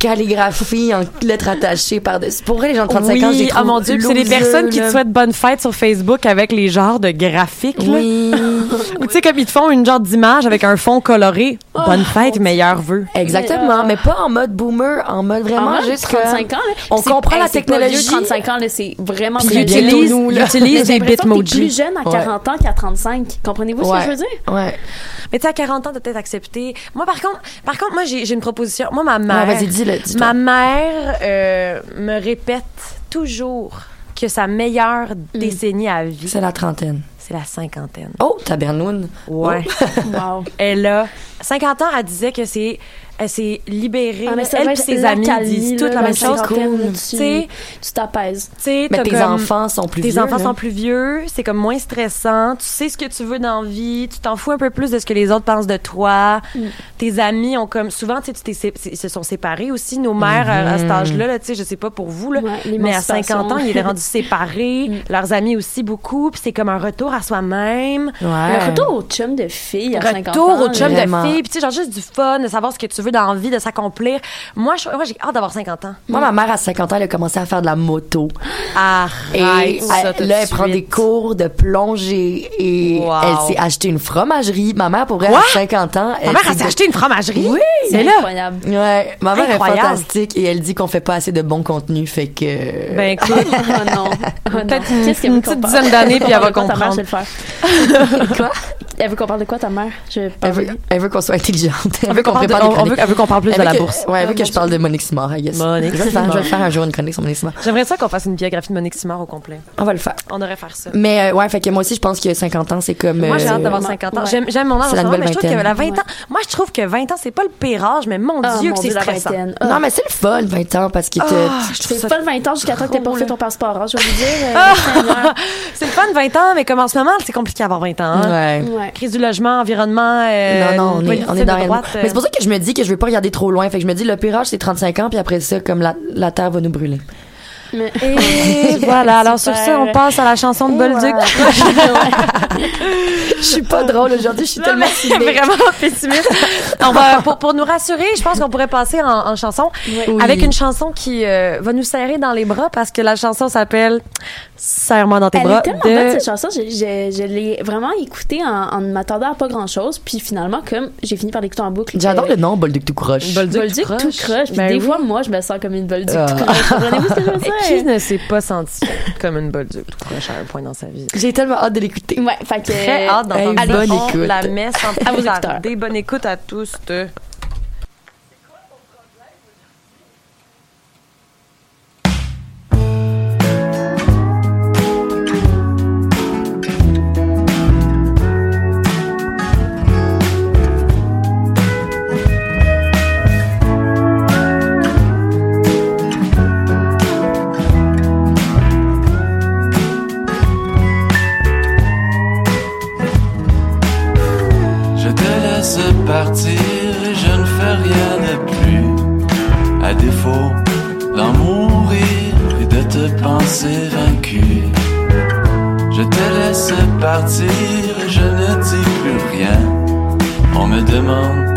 Speaker 2: calligraphie en lettres attachées par-dessus. Pour vrai, les gens de 35
Speaker 1: oui,
Speaker 2: ans, je les trouve
Speaker 3: ah,
Speaker 1: oh mon Dieu, puis c'est des
Speaker 2: losers,
Speaker 1: personnes qui
Speaker 2: là.
Speaker 1: te souhaitent bonne fête sur Facebook avec les genres de graphiques. là.
Speaker 3: [laughs]
Speaker 2: Oui,
Speaker 3: Ah
Speaker 1: Ou tu sais, comme ils te font une genre d'image avec un fond
Speaker 3: [laughs]
Speaker 1: coloré.
Speaker 3: Oh,
Speaker 1: Bonne fête, meilleurs vœux.
Speaker 2: exactement, mais pas en mode boomer, en mode
Speaker 3: euh, En
Speaker 2: vraiment
Speaker 3: mode
Speaker 2: juste
Speaker 3: 35 ans, là.
Speaker 2: on
Speaker 3: C'est-
Speaker 2: comprend la
Speaker 3: c'est pas vieux,
Speaker 2: technologie.
Speaker 3: 35 ans, là, c'est vraiment
Speaker 2: Puis
Speaker 3: très
Speaker 2: ils
Speaker 3: vieux.
Speaker 2: utilisent-
Speaker 3: Bientôt nous,
Speaker 1: ils
Speaker 3: là.
Speaker 1: utilisent
Speaker 3: Mais j'ai
Speaker 1: des
Speaker 3: l'impression que t'es
Speaker 1: bitmojis.
Speaker 3: plus jeune à
Speaker 2: Ouais.
Speaker 3: 40 ans qu'à 35. Comprenez-vous ce que
Speaker 2: Ouais.
Speaker 3: je
Speaker 2: [laughs]
Speaker 3: veux dire?
Speaker 2: Ouais.
Speaker 1: Mais tu sais, à 40 ans, t'as peut-être accepté. Moi, par contre, par contre, moi, j'ai j'ai une proposition. Moi, ma mère.
Speaker 2: Ouais, vas-y, dis-le, dis-toi.
Speaker 1: ma mère euh, me répète toujours que sa meilleure
Speaker 3: Mm.
Speaker 1: décennie à vie,
Speaker 2: C'est la trentaine.
Speaker 1: c'est la cinquantaine.
Speaker 2: Oh, tabernoune.
Speaker 3: Oh. [laughs]
Speaker 1: Ouais.
Speaker 3: Wow.
Speaker 1: Elle a 50 ans, elle disait que c'est elle s'est libérée.
Speaker 3: Ah, mais ça
Speaker 1: elle
Speaker 3: va
Speaker 1: et
Speaker 3: être
Speaker 1: ses amis
Speaker 3: l'accalmie,
Speaker 1: disent
Speaker 3: là,
Speaker 1: toute la même chose.
Speaker 3: cinquantaine, là,
Speaker 1: Tu sais,
Speaker 3: Tu tu t'apaises.
Speaker 1: tu sais,
Speaker 2: Mais
Speaker 1: t'as
Speaker 2: tes
Speaker 1: comme-
Speaker 2: enfants sont plus
Speaker 1: tes
Speaker 2: vieux,
Speaker 1: enfants
Speaker 2: là.
Speaker 1: sont plus vieux, c'est comme moins stressant, tu sais ce que tu veux dans la vie, tu t'en fous un peu plus de ce que les autres pensent de toi.
Speaker 2: Mm.
Speaker 1: Tes amis ont comme souvent tu sais tu t'es sé- ils se sont séparés aussi nos mères à- à
Speaker 2: Mm-hmm.
Speaker 1: cet âge-là là, tu sais je sais pas pour vous là,
Speaker 3: Ouais,
Speaker 1: mais à
Speaker 3: l'émancipation.
Speaker 1: 50 ans, ils étaient
Speaker 2: [laughs]
Speaker 1: rendus séparés,
Speaker 2: Mm.
Speaker 1: leurs amis aussi beaucoup, puis c'est comme un retour à soi-même.
Speaker 2: Ouais.
Speaker 3: Le retour au chum de fille à 50 ans.
Speaker 1: Retour au chum
Speaker 2: Vraiment.
Speaker 1: de fille, puis tu sais, genre juste du fun, de savoir ce que tu veux dans la vie, de s'accomplir. Moi, je- moi, j'ai hâte d'avoir 50 ans.
Speaker 2: Moi, ma mère, à 50 ans, elle a commencé à faire de la moto. Et
Speaker 1: Arrête ça
Speaker 2: elle-
Speaker 1: tout de
Speaker 2: là, elle prend
Speaker 1: suite.
Speaker 2: des cours de plongée et
Speaker 1: Wow.
Speaker 2: elle s'est acheté une fromagerie. Ma mère, pour elle,
Speaker 1: Quoi?
Speaker 2: à 50 ans,
Speaker 1: Ta
Speaker 2: elle
Speaker 1: mère, elle
Speaker 2: s'est
Speaker 1: s'est acheté une fromagerie?
Speaker 2: Oui!
Speaker 3: C'est
Speaker 1: Mais là,
Speaker 3: incroyable.
Speaker 2: Ouais, ma mère
Speaker 1: Incroyable.
Speaker 2: est fantastique et elle dit qu'on fait pas assez de bon contenu, fait que.
Speaker 1: ben écoute,
Speaker 3: oh non. Oh non.
Speaker 1: Peut-être une-
Speaker 3: Qu'est-ce qu'elle
Speaker 1: une
Speaker 3: veut
Speaker 1: petite
Speaker 3: qu'on parle?
Speaker 1: dizaine d'années, puis elle va
Speaker 3: Elle veut qu'on parle de quoi, [laughs] ta mère, je vais le faire.
Speaker 2: Quoi?
Speaker 3: Elle veut qu'on parle de quoi, ta mère? Je vais
Speaker 2: elle
Speaker 3: parler.
Speaker 2: veut, elle veut qu'on soit intelligente. Elle
Speaker 1: veut qu'on parle de-
Speaker 2: prépare des
Speaker 1: on- on veut-
Speaker 2: chroniques.
Speaker 1: elle veut qu'on parle plus
Speaker 2: Elle
Speaker 1: de
Speaker 2: veut
Speaker 1: la
Speaker 2: que-
Speaker 1: bourse.
Speaker 2: Ouais, elle veut que je parle de Monique Simard, I guess.
Speaker 1: Monique
Speaker 2: je, vais faire, je vais faire un jour une chronique sur Monique Simard.
Speaker 1: J'aimerais ça qu'on fasse une biographie de Monique Simard au complet.
Speaker 2: On va le faire.
Speaker 1: On devrait faire ça.
Speaker 2: Mais euh, ouais, fait que moi aussi, je pense que 50 ans, c'est comme.
Speaker 1: Moi,
Speaker 2: euh,
Speaker 1: j'ai hâte d'avoir
Speaker 3: ouais.
Speaker 1: 50 ans.
Speaker 3: Ouais.
Speaker 1: J'aime j'aime mon âge en
Speaker 2: C'est la
Speaker 1: ce moment,
Speaker 2: nouvelle
Speaker 1: mais je trouve que
Speaker 2: vingtaine.
Speaker 1: la 20 ans,
Speaker 3: Ouais.
Speaker 1: moi, je trouve que 20 ans, c'est pas le pire âge, mais mon
Speaker 3: Oh,
Speaker 1: Dieu,
Speaker 3: mon
Speaker 1: que c'est
Speaker 3: Dieu, la
Speaker 1: stressant.
Speaker 3: vingtaine. Oh,
Speaker 2: Non, mais c'est le fun, 20 ans, parce que
Speaker 1: Ah,
Speaker 2: t'as-
Speaker 1: Je trouve
Speaker 3: C'est
Speaker 1: ça Ah!
Speaker 3: pas le 20 ans jusqu'à temps que t'aies pas fait ton passeport. hein, je vais vous dire. euh,
Speaker 1: [laughs] C'est le fun, 20 ans, mais comme en ce moment, c'est compliqué d'avoir 20 ans. hein.
Speaker 2: Ouais.
Speaker 3: Ouais.
Speaker 1: Crise du logement, environnement, euh,
Speaker 2: non, non, on est,
Speaker 1: politique
Speaker 2: on est
Speaker 1: de
Speaker 2: dans rien.
Speaker 1: droite, euh,
Speaker 2: Mais c'est pour ça que je me dis que je veux pas regarder trop loin. Fait que je me dis, le pire âge, c'est 35 ans, puis après ça, comme la, la terre va nous brûler.
Speaker 3: Mais- [laughs]
Speaker 1: Et voilà, [laughs] alors sur
Speaker 3: Super.
Speaker 1: ça, on passe à la chanson de Bolduc.
Speaker 2: Je suis pas drôle aujourd'hui, je suis tellement
Speaker 1: Mais [laughs] vraiment pessimiste. On va, pour, pour nous rassurer, je pense qu'on pourrait passer en, en chanson
Speaker 2: Oui.
Speaker 1: avec une chanson qui euh, va nous serrer dans les bras parce que la chanson s'appelle Serre-moi dans tes
Speaker 3: Elle
Speaker 1: bras.
Speaker 3: est tellement
Speaker 1: de-
Speaker 3: bonne cette chanson, je, je- je l'ai vraiment écoutée en, en ne m'attendant à pas grand chose, puis finalement comme j'ai fini par l'écouter en boucle.
Speaker 2: [laughs] J'adore
Speaker 3: euh,
Speaker 2: le nom, Bolduc tout croche.
Speaker 1: Bolduc
Speaker 3: Bolduc
Speaker 1: croche.
Speaker 3: tout croche, puis
Speaker 1: Ben
Speaker 3: des
Speaker 1: oui.
Speaker 3: fois moi je me sens comme une Bolduc
Speaker 2: Ah.
Speaker 3: tout croche. Comprenez-vous ce
Speaker 1: [laughs]
Speaker 3: que je veux dire?
Speaker 1: Qui ne s'est pas senti comme une Bolduc tout croche à un point dans sa vie?
Speaker 2: J'ai tellement hâte de l'écouter.
Speaker 3: Ouais, fait que
Speaker 1: Très hâte d'entendre
Speaker 2: Eh, hey,
Speaker 1: ça.
Speaker 2: bonne
Speaker 1: On
Speaker 2: écoute.
Speaker 1: la met sans
Speaker 3: À vos
Speaker 1: plus
Speaker 3: écouteurs.
Speaker 1: tarder. Bonne écoute à tous. de-
Speaker 6: Je te laisse partir et je ne fais rien de plus. À défaut d'en mourir et de te penser vaincu. Je te laisse partir et je ne dis plus rien. On me demande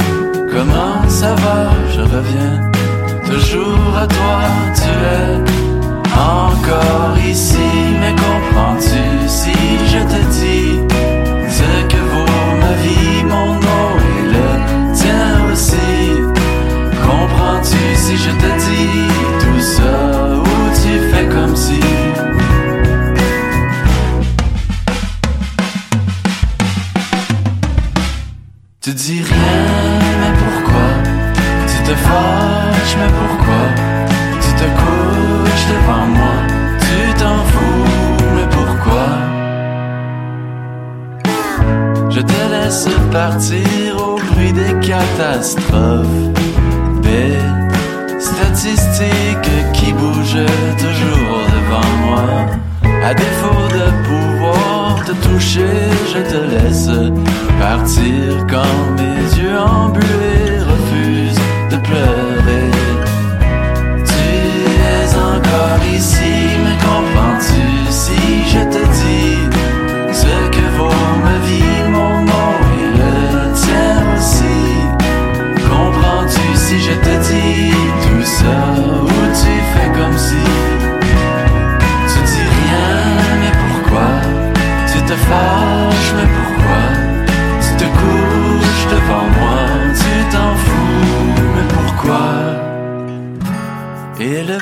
Speaker 6: comment ça va, je reviens. Toujours à toi, tu es encore ici, mais comprends-tu si je te dis ce que vaut ma vie, mon nom et le tien aussi? Comprends-tu si je te dis tout ça ou tu fais comme si? Tu dis rien, mais pourquoi Tu te fâches, mais pourquoi Tu te couches devant moi, tu t'en fous, mais pourquoi Je te laisse partir au bruit des catastrophes, des statistiques qui bougent toujours devant moi. À défaut de pouvoir te toucher, je te laisse partir quand mes yeux embués refusent de pleurer.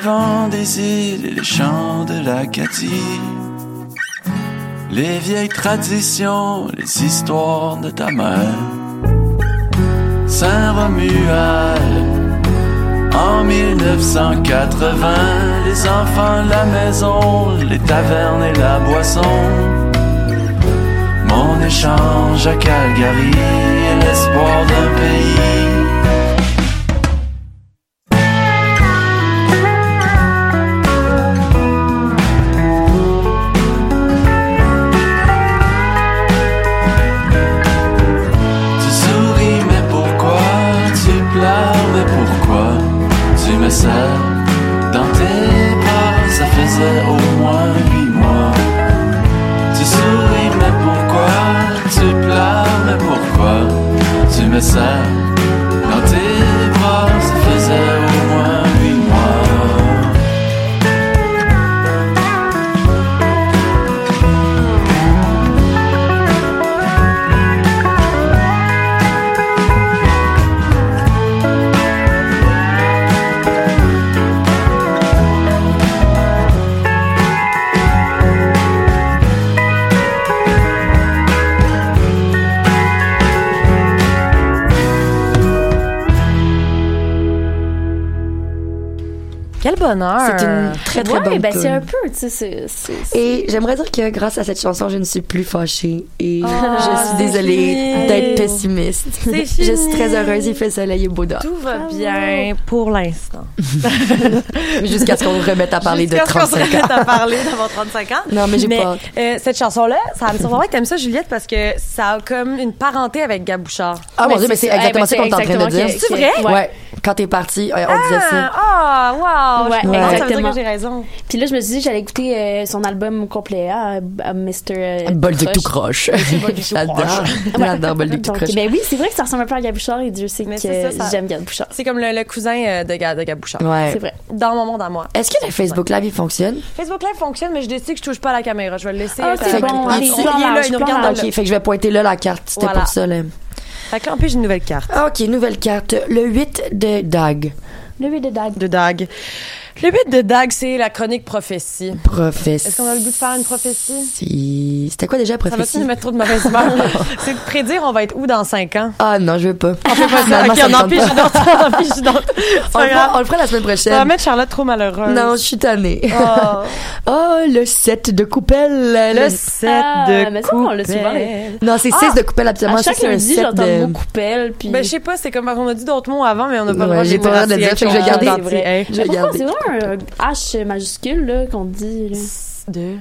Speaker 6: vent des îles et les chants de la Cathy. Les vieilles traditions, les histoires de ta mère. Saint-Romuald, en 1980, les enfants, la maison, les tavernes et la boisson. Mon échange à Calgary est l'espoir d'un pays. Tu souris, mais pourquoi Tu pleures, mais pourquoi Tu me serres dans tes bras Ça faisait au moins huit mois. Tu souris, mais pourquoi Tu pleures, mais pourquoi Tu me serres dans tes bras Ça faisait au moins huit mois.
Speaker 1: Quel bonheur.
Speaker 2: C'est une très très
Speaker 3: ouais,
Speaker 2: bonne
Speaker 3: ben c'est
Speaker 2: tune.
Speaker 3: un peu, tu sais, c'est- c'est- c'est-
Speaker 2: Et j'aimerais dire que grâce à cette chanson, je ne suis plus fâchée et je suis
Speaker 1: c'est
Speaker 2: désolée
Speaker 1: fini.
Speaker 2: d'être pessimiste.
Speaker 1: C'est
Speaker 2: Je suis
Speaker 1: fini.
Speaker 2: très heureuse, il fait soleil et beau dehors.
Speaker 1: Tout va bien pour l'instant.
Speaker 2: Jusqu'à ce qu'on remette à parler de
Speaker 1: Jusqu'à ce qu'on se
Speaker 2: 35 ans.
Speaker 1: remette à parler d'avoir 35 ans.
Speaker 2: Non, mais j'ai pas.
Speaker 1: euh, cette chanson-là, ça me semble vraiment que t'aimes ça, Juliette, parce que ça a comme une parenté avec Gabouchard.
Speaker 2: Ah mon dieu, mais
Speaker 3: c'est
Speaker 2: c'est
Speaker 3: ça.
Speaker 2: exactement
Speaker 3: Eh
Speaker 2: ça
Speaker 3: ben,
Speaker 2: qu'on est en train de
Speaker 3: exactement
Speaker 2: dire.
Speaker 3: que- que-
Speaker 1: C'est
Speaker 3: ouais.
Speaker 2: Ouais. Quand t'es parti, euh, on disait ça.
Speaker 1: Ah, wow!
Speaker 3: Ouais,
Speaker 1: Je comprends, Ça veut dire
Speaker 3: exactement.
Speaker 1: que j'ai raison.
Speaker 3: Puis là, je me suis dit, j'allais écouter euh, son album complet hein, à, à Mr. euh,
Speaker 2: Ah, Bolduc
Speaker 3: Crush.
Speaker 2: tout croche. [laughs] J'adore. J'adore Bolduc tout
Speaker 3: Donc,
Speaker 2: croche.
Speaker 3: ben oui, c'est vrai que ça ressemble un peu à Gabouchard et Dieu sait
Speaker 1: Mais
Speaker 3: que
Speaker 1: c'est ça, ça-
Speaker 3: j'aime Gab Bouchard.
Speaker 1: C'est comme le, le cousin euh, de, Ga- de Gabouchard.
Speaker 2: Ouais.
Speaker 3: C'est vrai.
Speaker 1: Dans mon monde à moi.
Speaker 2: Est-ce que le Facebook Live il fonctionne?
Speaker 1: Facebook Live fonctionne, mais je décide que je touche pas à la caméra. Je vais le laisser.
Speaker 3: Ah,
Speaker 1: euh,
Speaker 3: c'est
Speaker 1: faire-
Speaker 2: bon,
Speaker 1: Il est-
Speaker 2: allez,
Speaker 1: il est
Speaker 3: plan
Speaker 1: là,
Speaker 3: large,
Speaker 1: il nous
Speaker 3: plan
Speaker 1: regarde dans
Speaker 3: large.
Speaker 1: le-
Speaker 2: Ok, fait que je vais pointer là la carte. C'était
Speaker 1: Voilà.
Speaker 2: pour ça, là.
Speaker 1: Fait que là, en plus, j'ai une nouvelle carte.
Speaker 2: Ok, nouvelle carte. Le 8 de Dag.
Speaker 3: Le but de Dag.
Speaker 1: De Dag. Le but de Dag, c'est la chronique prophétie.
Speaker 2: Prophétie.
Speaker 1: Est-ce qu'on a le goût de faire une prophétie?
Speaker 2: Si- C'était quoi déjà
Speaker 1: Ça va-tu
Speaker 2: prophétie?
Speaker 1: nous mettre trop de mauvaise humeur? c'est de
Speaker 2: [laughs]
Speaker 1: prédire on va être où dans 5 ans.
Speaker 2: Ah non, je veux pas.
Speaker 1: On fait pas ça.
Speaker 2: Finalement,
Speaker 1: Ok,
Speaker 2: ça me
Speaker 1: on en
Speaker 2: tente
Speaker 1: pige
Speaker 2: pas.
Speaker 1: d'autres, on en pige
Speaker 2: [laughs]
Speaker 1: d'autres. C'est
Speaker 2: On
Speaker 1: pas
Speaker 2: le, fera, on
Speaker 1: grave.
Speaker 2: le fera la semaine prochaine.
Speaker 1: Ça va mettre Charlotte trop malheureuse.
Speaker 2: Non, je suis tannée.
Speaker 1: Oh.
Speaker 2: [laughs] Oh, le 7 de coupelle.
Speaker 1: Le
Speaker 2: Le-
Speaker 1: 7
Speaker 3: Ah,
Speaker 1: de
Speaker 3: mais ça, on l'a
Speaker 1: coupelle.
Speaker 3: souvent,
Speaker 2: Non, c'est 6
Speaker 3: Ah!
Speaker 2: de coupelle absolument.
Speaker 3: à chaque
Speaker 2: c'est un
Speaker 3: lundi,
Speaker 2: 7
Speaker 3: j'entends
Speaker 2: de-
Speaker 3: le mot coupelle, puis...
Speaker 1: Ben, je sais pas, c'est comme on a dit d'autres mots avant, mais on n'a pas
Speaker 2: Ouais,
Speaker 1: le droit
Speaker 2: j'ai pas le droit de le dire, fait que je vais
Speaker 1: garder.
Speaker 2: garder. hein. Je vais
Speaker 3: Mais pourquoi
Speaker 2: garder.
Speaker 3: Ah, c'est hein? vraiment un H majuscule, là, qu'on dit, là?
Speaker 1: Deux.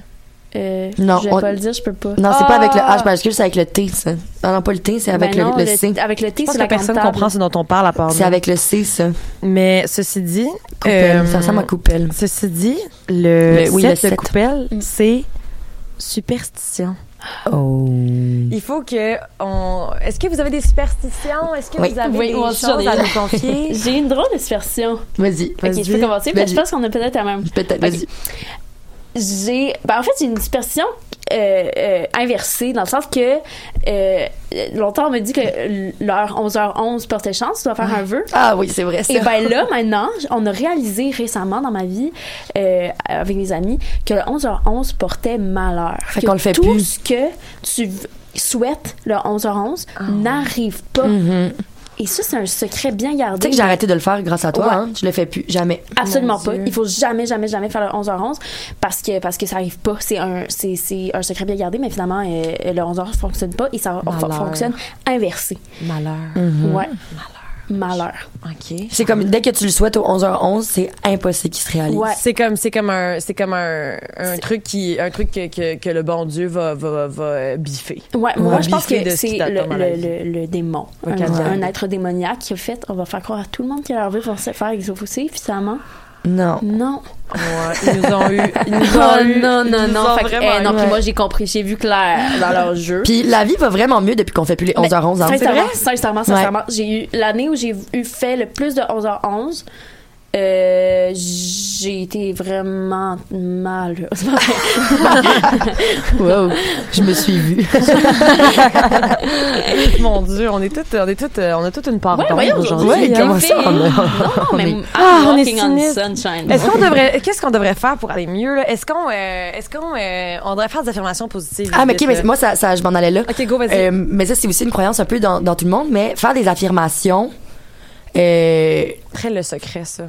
Speaker 3: Euh,
Speaker 2: Non,
Speaker 3: je vais
Speaker 2: on-
Speaker 3: pas le dire, je peux pas.
Speaker 2: Non, c'est
Speaker 1: Ah!
Speaker 2: pas avec le H majuscule, c'est avec le T, ça. Non, non, pas le T, c'est avec
Speaker 3: Ben non,
Speaker 2: le, le C.
Speaker 3: Avec le T, Ah,
Speaker 1: Je pense
Speaker 3: c'est
Speaker 1: que
Speaker 3: la
Speaker 1: personne
Speaker 3: comptable.
Speaker 1: comprend ce dont on parle à part
Speaker 2: C'est
Speaker 1: nous.
Speaker 2: avec le C, ça.
Speaker 1: Mais ceci dit,
Speaker 2: Coupelle.
Speaker 1: euh,
Speaker 2: Ça ressemble à coupelle.
Speaker 1: Ceci dit, le,
Speaker 2: Le- oui,
Speaker 1: set
Speaker 2: le set.
Speaker 1: de coupelle,
Speaker 3: Mm.
Speaker 1: c'est superstition.
Speaker 2: Oh.
Speaker 1: Il faut que on. Est-ce que vous avez des superstitions Est-ce que
Speaker 2: Oui.
Speaker 1: vous avez
Speaker 3: Oui,
Speaker 1: des
Speaker 3: moi aussi, j'en
Speaker 1: choses
Speaker 3: ai
Speaker 1: à
Speaker 3: une.
Speaker 1: nous confier
Speaker 2: [laughs]
Speaker 3: J'ai une drôle de dispersion.
Speaker 2: Vas-y.
Speaker 3: Ok, je peux
Speaker 2: Vas-y.
Speaker 3: commencer, mais
Speaker 2: Vas-y.
Speaker 3: je pense qu'on a peut-être la même.
Speaker 2: Peut-être,
Speaker 3: Ok.
Speaker 2: vas-y.
Speaker 3: J'ai. Ben, en fait, j'ai une dispersion euh, euh, inversée, dans le sens que euh, longtemps, on me dit que l- l'heure 11h11 portait chance, tu dois faire un vœu.
Speaker 2: Ah oui, c'est vrai, ça. [laughs]
Speaker 3: Et ben là, maintenant, j- on a réalisé récemment dans ma vie, euh, avec mes amis, que le 11h11 portait malheur.
Speaker 2: Fait
Speaker 3: Que
Speaker 2: qu'on le fait
Speaker 3: tout
Speaker 2: plus.
Speaker 3: ce que tu v- souhaites le 11h11
Speaker 2: Ah
Speaker 3: n'arrive pas.
Speaker 2: Mhm.
Speaker 3: Et ça, c'est un secret bien
Speaker 2: Tu sais
Speaker 3: gardé.
Speaker 2: que j'ai arrêté de le faire grâce à toi,
Speaker 3: Ouais.
Speaker 2: hein. Je le fais plus, jamais.
Speaker 3: Absolument
Speaker 1: Mon
Speaker 3: pas.
Speaker 1: Dieu.
Speaker 3: Il faut jamais, jamais, jamais faire le 11h11 parce que, parce que ça arrive pas. C'est un, c'est, c'est un secret bien gardé, mais finalement, euh, le 11h11 fonctionne pas et ça fon-
Speaker 1: Malheur. Mm-hmm.
Speaker 3: fonctionne inversé.
Speaker 1: Malheur.
Speaker 3: Ouais. Malheur. Malheur.
Speaker 1: Ok.
Speaker 2: C'est comme, dès que tu le souhaites au 11h11, c'est impossible qu'il se réalise.
Speaker 3: Ouais.
Speaker 1: C'est comme c'est comme un c'est comme un, un truc qui un truc que, que, que le bon Dieu va va, va euh, biffer.
Speaker 3: Ouais,
Speaker 1: On
Speaker 3: moi,
Speaker 1: va
Speaker 3: je pense
Speaker 1: biffer
Speaker 3: que
Speaker 1: de ce qui
Speaker 3: c'est le,
Speaker 1: t'attend dans la
Speaker 3: le,
Speaker 1: vie.
Speaker 3: le- le démon. Un,
Speaker 1: Vocabulaire.
Speaker 3: un être démoniaque qui a fait on va faire croire à tout le monde que leur vie va se faire exaucer, finalement.
Speaker 2: Non.
Speaker 3: Non.
Speaker 1: Ouais, ils nous ont eu ils nous ont
Speaker 3: Oh,
Speaker 1: eu-
Speaker 3: non,
Speaker 1: ils
Speaker 3: non,
Speaker 1: nous
Speaker 3: non.
Speaker 1: ont
Speaker 3: Fait que,
Speaker 1: vraiment
Speaker 3: eh, non,
Speaker 1: eu.
Speaker 3: puis moi, j'ai compris. J'ai vu clair dans leur jeu.
Speaker 2: Puis la vie va vraiment mieux depuis qu'on fait plus les
Speaker 3: Mais
Speaker 2: 11h11. hein.
Speaker 3: Ben, Sincèrement, sincèrement,
Speaker 2: Ouais.
Speaker 3: sincèrement, j'ai eu l'année où j'ai eu fait le plus de 11h11. Euh, j'ai été vraiment mal. C'est
Speaker 2: Ah
Speaker 3: pas vrai.
Speaker 2: Wow, je me suis vue.
Speaker 1: [laughs] Mon Dieu, on est toutes, on est toutes, euh, on a toute une part
Speaker 3: Ouais,
Speaker 1: d'ombre
Speaker 3: voyons,
Speaker 1: aujourd'hui.
Speaker 3: aujourd'hui,
Speaker 2: Ouais,
Speaker 3: les
Speaker 2: comment ça,
Speaker 3: filles.
Speaker 2: on a-
Speaker 3: Non,
Speaker 2: on
Speaker 3: mais
Speaker 2: est-
Speaker 3: I'm
Speaker 1: Ah, on est
Speaker 3: walking on
Speaker 1: cynique.
Speaker 3: sunshine.
Speaker 1: Est-ce qu'on devrait, qu'est-ce qu'on devrait faire pour aller mieux là? Est-ce qu'on, euh, est-ce qu'on, euh, on devrait faire des affirmations positives euh,
Speaker 2: Ah, mais ok,
Speaker 1: vite,
Speaker 2: mais
Speaker 1: là?
Speaker 2: moi, ça, ça, je m'en allais là.
Speaker 1: Ok, go, vas-y.
Speaker 2: Euh, mais ça, c'est aussi une croyance un peu dans, dans tout le monde, mais faire des affirmations. Euh,
Speaker 1: Après le secret, ça.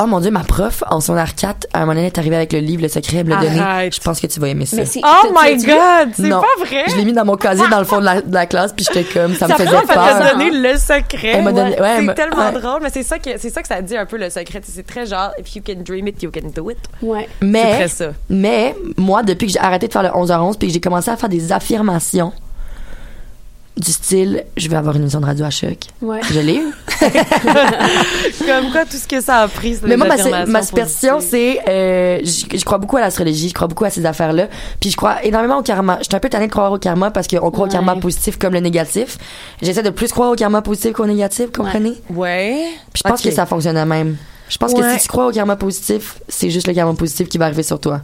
Speaker 2: oh mon Dieu, ma prof, en son 4, à un moment donné, est arrivée avec le livre Le secret, elle me l'a donné.
Speaker 1: Arrête.
Speaker 2: Je pense que tu vas aimer ça.
Speaker 3: Mais c'est-
Speaker 1: Oh
Speaker 3: tu- tu
Speaker 1: my
Speaker 3: l'as-tu
Speaker 1: God, c'est
Speaker 2: Non.
Speaker 1: pas vrai.
Speaker 2: Je l'ai mis dans mon casier dans le fond de la, de la classe, puis j'étais comme, ça me
Speaker 1: Ça
Speaker 2: faisait
Speaker 1: prend, elle t'a
Speaker 2: peur.
Speaker 1: donné le secret.
Speaker 2: Elle m'a donné- ouais, elle
Speaker 1: c'est
Speaker 2: m'a-
Speaker 1: tellement
Speaker 2: ouais.
Speaker 1: drôle, mais c'est ça, que, c'est ça que ça dit un peu le secret. C'est très genre, if you can dream it, you can do it.
Speaker 3: vu? Ouais.
Speaker 1: C'est
Speaker 2: Mais,
Speaker 1: très ça.
Speaker 2: mais, moi, depuis que j'ai arrêté de faire le 11h11, puis que j'ai commencé à faire des affirmations du style, je vais avoir une émission de radio à choc.
Speaker 3: Ouais.
Speaker 2: Je l'ai eu.
Speaker 1: Comme quoi, tout ce que ça a pris, c'est
Speaker 2: Mais
Speaker 1: des
Speaker 2: moi, ma,
Speaker 1: affirmations
Speaker 2: ma superstition,
Speaker 1: positives.
Speaker 2: c'est. euh, je je crois beaucoup à l'astrologie, je crois beaucoup à ces affaires-là. Puis je crois énormément au karma. Je suis un peu tannée de croire au karma parce qu'on croit au karma
Speaker 3: Ouais.
Speaker 2: positif comme le négatif. J'essaie de plus croire au karma positif qu'au négatif, comprenez?
Speaker 1: Ouais.
Speaker 2: Puis je pense
Speaker 1: Ok.
Speaker 2: que ça fonctionne de même. Je pense que
Speaker 1: Ouais.
Speaker 2: si tu crois au karma positif, c'est juste le karma positif qui va arriver sur toi.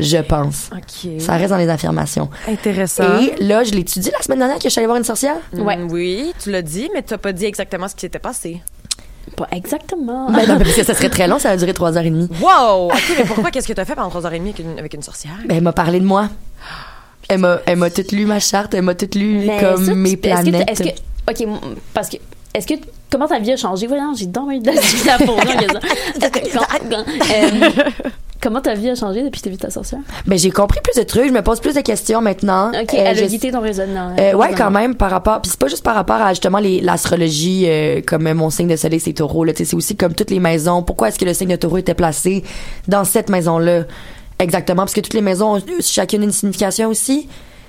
Speaker 2: Je pense.
Speaker 1: OK.
Speaker 2: Ça reste dans les affirmations.
Speaker 1: Intéressant.
Speaker 2: Et là, je l'étudie la semaine dernière que je suis allée voir une sorcière.
Speaker 3: Ouais.
Speaker 1: Mm, Oui, tu l'as dit, mais tu n'as pas dit exactement ce qui s'était passé.
Speaker 3: Pas exactement.
Speaker 2: Ben non, mais parce que ça serait très long, ça va durer trois heures et demie.
Speaker 1: Wow! OK, mais pourquoi? Qu'est-ce que tu as fait pendant 3h30 avec une, avec une sorcière?
Speaker 2: Ben, elle m'a parlé de moi. Elle m'a, elle m'a toute lu ma charte, elle m'a toute lu
Speaker 3: Mais
Speaker 2: comme
Speaker 3: ça, tu-
Speaker 2: mes planètes.
Speaker 3: Est-ce que, est-ce que- ok, m- parce que est-ce que comment ta vie a changé Voyons, j'ai dormi de la [laughs] suite à pour dire
Speaker 2: [laughs]
Speaker 3: que ça. Euh, Comment ta vie a changé depuis que t'es vu ta sorcière
Speaker 2: Ben, j'ai compris plus de trucs, je me pose plus de questions maintenant.
Speaker 3: Ok,
Speaker 2: Euh,
Speaker 3: elle a
Speaker 2: je-
Speaker 3: guidé ton raisonnement.
Speaker 2: Euh, ouais, quand même, par rapport. Puis c'est pas juste par rapport à justement les- l'astrologie, euh, comme euh, mon signe de soleil, c'est taureau. Là, tu sais, c'est aussi comme toutes les maisons. Pourquoi est-ce que le signe de taureau était placé dans cette maison-là? Exactement, parce que toutes les maisons ont chacune une signification aussi.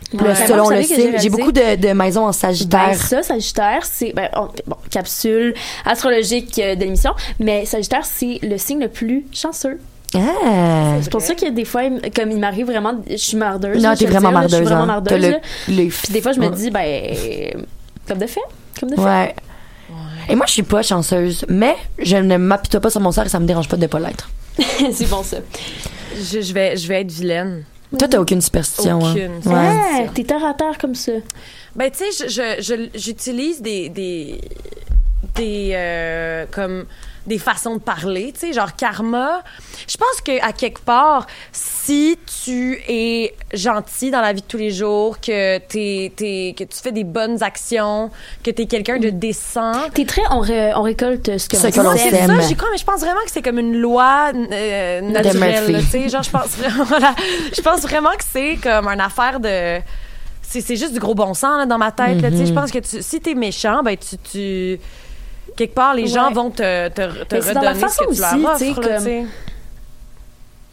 Speaker 2: Puis là,
Speaker 3: Ouais. Ben,
Speaker 2: selon
Speaker 3: moi, vous
Speaker 2: le
Speaker 3: savez que j'ai
Speaker 2: signe, j'ai
Speaker 3: réalisé-
Speaker 2: beaucoup de, de maisons en
Speaker 3: Ben,
Speaker 2: Sagittaire.
Speaker 3: ça, Sagittaire, c'est ben, on- bon, capsule astrologique euh, de l'émission, mais Sagittaire, c'est le signe le plus chanceux.
Speaker 2: ah!
Speaker 3: C'est pour ça que des fois, il m- comme il m'arrive vraiment, je suis mardeuse.
Speaker 2: Non,
Speaker 3: là, je
Speaker 2: t'es
Speaker 3: te
Speaker 2: vraiment
Speaker 3: le dis,
Speaker 2: mardeuse.
Speaker 3: là, Je suis vraiment
Speaker 2: hein. T'as
Speaker 3: mardeuse.
Speaker 2: le-
Speaker 3: là.
Speaker 2: le-
Speaker 3: Puis des fois, je me
Speaker 2: Ouais.
Speaker 3: dis, ben, comme de fait, comme de fait.
Speaker 2: Ouais. Et moi, je suis pas chanceuse, mais je ne m'apitoie pas sur mon sort et ça me dérange pas de pas l'être.
Speaker 3: [laughs] c'est bon ça.
Speaker 1: Je, je vais, je vais être vilaine.
Speaker 2: Toi, t'as aucune superstition. hein.
Speaker 1: Aucune.
Speaker 2: Ouais.
Speaker 3: Ouais, Ah, t'es terre à terre comme ça.
Speaker 1: Ben, tu sais, je- je- je- j'utilise des. des. des. euh, comme. des façons de parler, tu sais, genre karma. Je pense que à quelque part, si tu es gentil dans la vie de tous les jours, que, t'es- t'es- que tu fais des bonnes actions, que tu es quelqu'un de décent.
Speaker 3: T'es très, on, ré- on récolte ce que
Speaker 2: Ce
Speaker 3: l'on
Speaker 2: que l'on
Speaker 3: sème.
Speaker 2: sème.
Speaker 1: C'est
Speaker 2: t'aime.
Speaker 1: ça, j'y crois, mais je pense vraiment que c'est comme une loi euh, naturelle.
Speaker 2: Murphy.
Speaker 1: là, Tu sais, genre, je pense vraiment, [laughs] voilà, je pense vraiment que c'est comme une affaire de. C'est c'est juste du gros bon sens là, dans ma tête. là, tu
Speaker 3: Mm-hmm.
Speaker 1: sais, je pense que tu, si t'es méchant, ben tu, tu- quelque part les gens
Speaker 3: Ouais.
Speaker 1: vont te, te, te
Speaker 3: Mais c'est dans la
Speaker 1: redonner ce que tu
Speaker 3: façon
Speaker 1: leur
Speaker 3: aussi,
Speaker 1: offres.
Speaker 3: tu sais,
Speaker 1: là,
Speaker 3: comme-
Speaker 1: tu sais.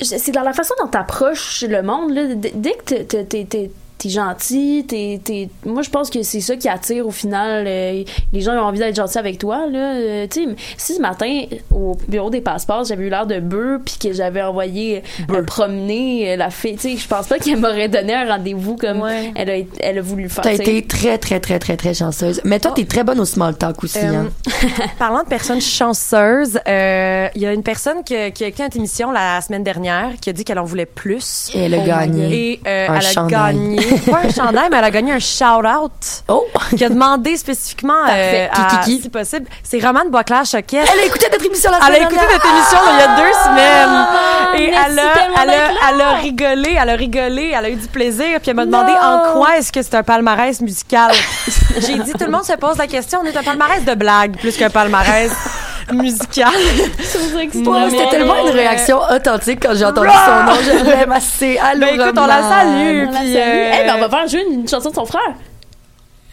Speaker 3: Je- C'est dans la façon dont t'approches le monde. Là. D- Dès que t'es- t'es- t'es- t'es t'es gentil, t'es, t'es- moi je pense que c'est ça qui attire au final. euh, les gens ont envie d'être gentils avec toi. Là. Euh, tu sais, si ce matin, au bureau des passeports, j'avais eu l'air de bœuf puis que j'avais envoyé euh, promener euh, la fille, tu sais, je pense pas qu'elle m'aurait donné un rendez-vous comme
Speaker 1: Ouais.
Speaker 3: elle, a, été- elle a voulu le faire.
Speaker 2: T'as
Speaker 3: tu sais. [laughs]
Speaker 2: été très, très, très, très, très chanceuse. Mais toi, t'es très bonne au small talk aussi.
Speaker 1: Oh. Euh, [laughs]
Speaker 2: hein.
Speaker 1: Parlant de personnes chanceuses, euh, il y a une personne que- qui a écouté notre émission la semaine dernière qui a dit qu'elle en voulait plus.
Speaker 2: Et elle a
Speaker 3: my
Speaker 2: gagné.
Speaker 1: Et euh,
Speaker 2: Un
Speaker 1: elle a
Speaker 2: chandail.
Speaker 1: gagné, pas un chandail, mais elle a gagné un shout-out.
Speaker 2: Oh! [laughs]
Speaker 1: qui a demandé spécifiquement euh,
Speaker 2: Parfait. Qui,
Speaker 1: à-
Speaker 2: qui, qui?
Speaker 1: si possible, c'est Romane Boisclair-Choquette.
Speaker 2: Elle a écouté notre émission la
Speaker 1: Elle a
Speaker 2: semaine
Speaker 1: écouté
Speaker 2: dernière.
Speaker 1: notre émission là, il y a deux semaines et
Speaker 3: merci
Speaker 1: elle a,
Speaker 3: tellement
Speaker 1: elle, a,
Speaker 3: d'être
Speaker 1: elle a rigolé, elle a rigolé, elle a eu du plaisir puis elle m'a demandé en quoi est-ce que c'est un palmarès musical. [laughs] J'ai dit tout le monde se pose la question, on est un palmarès de blagues plus qu'un [laughs] palmarès musical.
Speaker 2: Oh, C'était tellement une réaction authentique quand j'ai entendu son nom. Je l'aime assez. Allô,
Speaker 1: Ben écoute, on la
Speaker 2: Romane.
Speaker 1: salue
Speaker 3: On la
Speaker 1: puis
Speaker 3: salue.
Speaker 1: euh,
Speaker 3: Eh ben, on va faire jouer une, une chanson de son frère.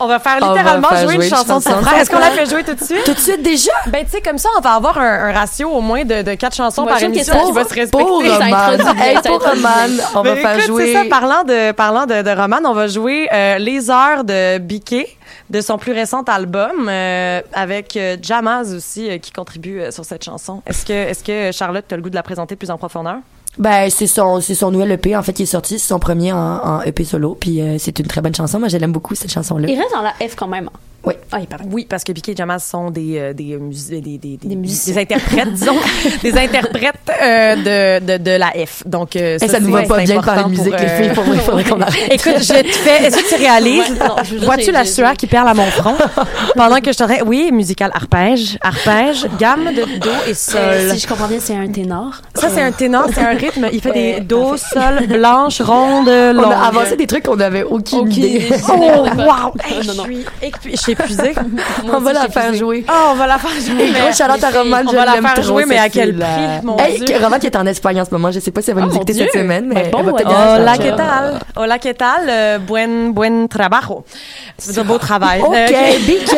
Speaker 1: on va faire
Speaker 2: On va
Speaker 1: littéralement
Speaker 2: faire
Speaker 1: jouer, une chanson de son frère. Est-ce qu'on la fait jouer tout de suite
Speaker 2: Tout de
Speaker 1: [laughs]
Speaker 2: suite déjà?
Speaker 1: Ben tu sais comme ça on va avoir un, un ratio au moins de, de quatre chansons par
Speaker 3: Imagine que
Speaker 1: émission
Speaker 3: ça-
Speaker 1: qui va se respecter.
Speaker 2: Pour
Speaker 3: ça
Speaker 2: Romane.
Speaker 3: introduit,
Speaker 2: Hey,
Speaker 3: ça
Speaker 2: pour
Speaker 3: introduit.
Speaker 2: Romane, on va
Speaker 1: Ben,
Speaker 2: faire
Speaker 1: écoute, C'est
Speaker 2: jouer.
Speaker 1: ça, parlant de, parlant de, de Roman, on va jouer euh, Les Heures de Biquet, de son plus récent album, euh, avec euh, Jamaz aussi, euh, qui contribue euh, sur cette chanson. Est-ce que, est que Charlotte, tu as le goût de la présenter plus en profondeur?
Speaker 2: Ben, c'est son, c'est son nouvel EP, en fait, qui est sorti. C'est E son premier en, en EP solo. Puis euh, c'est une très bonne chanson. Moi, je l'aime beaucoup, cette chanson-là.
Speaker 3: Il reste dans la F quand même. hein.
Speaker 2: Oui.
Speaker 3: Ah, il parle.
Speaker 1: Oui, parce que Piqué et Jamal sont des, euh, des, euh, mus- des, des, des, des-
Speaker 3: musiciens.
Speaker 1: des interprètes,
Speaker 2: [laughs]
Speaker 1: disons, des interprètes euh, de, de, de la F. Donc, euh,
Speaker 2: Et ça nous
Speaker 1: c'est-
Speaker 2: va pas
Speaker 1: c'est
Speaker 2: bien de parler
Speaker 1: important
Speaker 2: de musique,
Speaker 1: pour,
Speaker 2: les
Speaker 1: euh,
Speaker 2: filles. Pour moi, il faudrait qu'on arrête.
Speaker 1: Écoute, je te fais. Est-ce que tu réalises?
Speaker 3: Ouais, non, je veux dire,
Speaker 1: Vois-tu
Speaker 3: j'ai-
Speaker 1: la
Speaker 3: j'ai-
Speaker 1: sueur qui perle à mon front pendant que je te. Oui, musical arpège, arpège, gamme de do et sol.
Speaker 3: Si je comprends bien, c'est un ténor.
Speaker 1: Ça, c'est un ténor, c'est un rythme. Il fait
Speaker 3: Ouais,
Speaker 1: des do, sol, blanche, ronde, [laughs] longue.
Speaker 2: On a avancé des trucs qu'on n'avait aucune
Speaker 1: [laughs]
Speaker 3: Ok.
Speaker 2: idée.
Speaker 1: Oh, wow!
Speaker 3: Non,
Speaker 1: Hey, je
Speaker 3: non.
Speaker 1: suis épu- je suis épuisée.
Speaker 2: on va la faire jouer.
Speaker 1: Ah, on va la faire jouer.
Speaker 2: Gros shout-out à Romane,
Speaker 1: on
Speaker 2: je
Speaker 1: va la
Speaker 2: l'aime
Speaker 1: faire
Speaker 2: trop,
Speaker 1: jouer, mais
Speaker 2: cette
Speaker 1: à quel
Speaker 2: fille-là.
Speaker 1: prix, mon
Speaker 2: hey,
Speaker 1: Dieu. Ah,
Speaker 2: que- Romane qui est en Espagne en ce moment, je sais pas si elle va nous
Speaker 3: mon
Speaker 2: dicter cette
Speaker 3: Dieu.
Speaker 2: semaine,
Speaker 3: Ben,
Speaker 1: Bah
Speaker 2: mais
Speaker 3: bon,
Speaker 2: elle va
Speaker 3: ouais.
Speaker 1: oh,
Speaker 2: peut-être
Speaker 3: Ah,
Speaker 1: Hola,
Speaker 3: je-
Speaker 1: ¿qué tal? Hola, ¿qué tal? Euh, buen, buen trabajo. C'est un beau travail.
Speaker 2: OK,
Speaker 1: Euh,
Speaker 2: BK.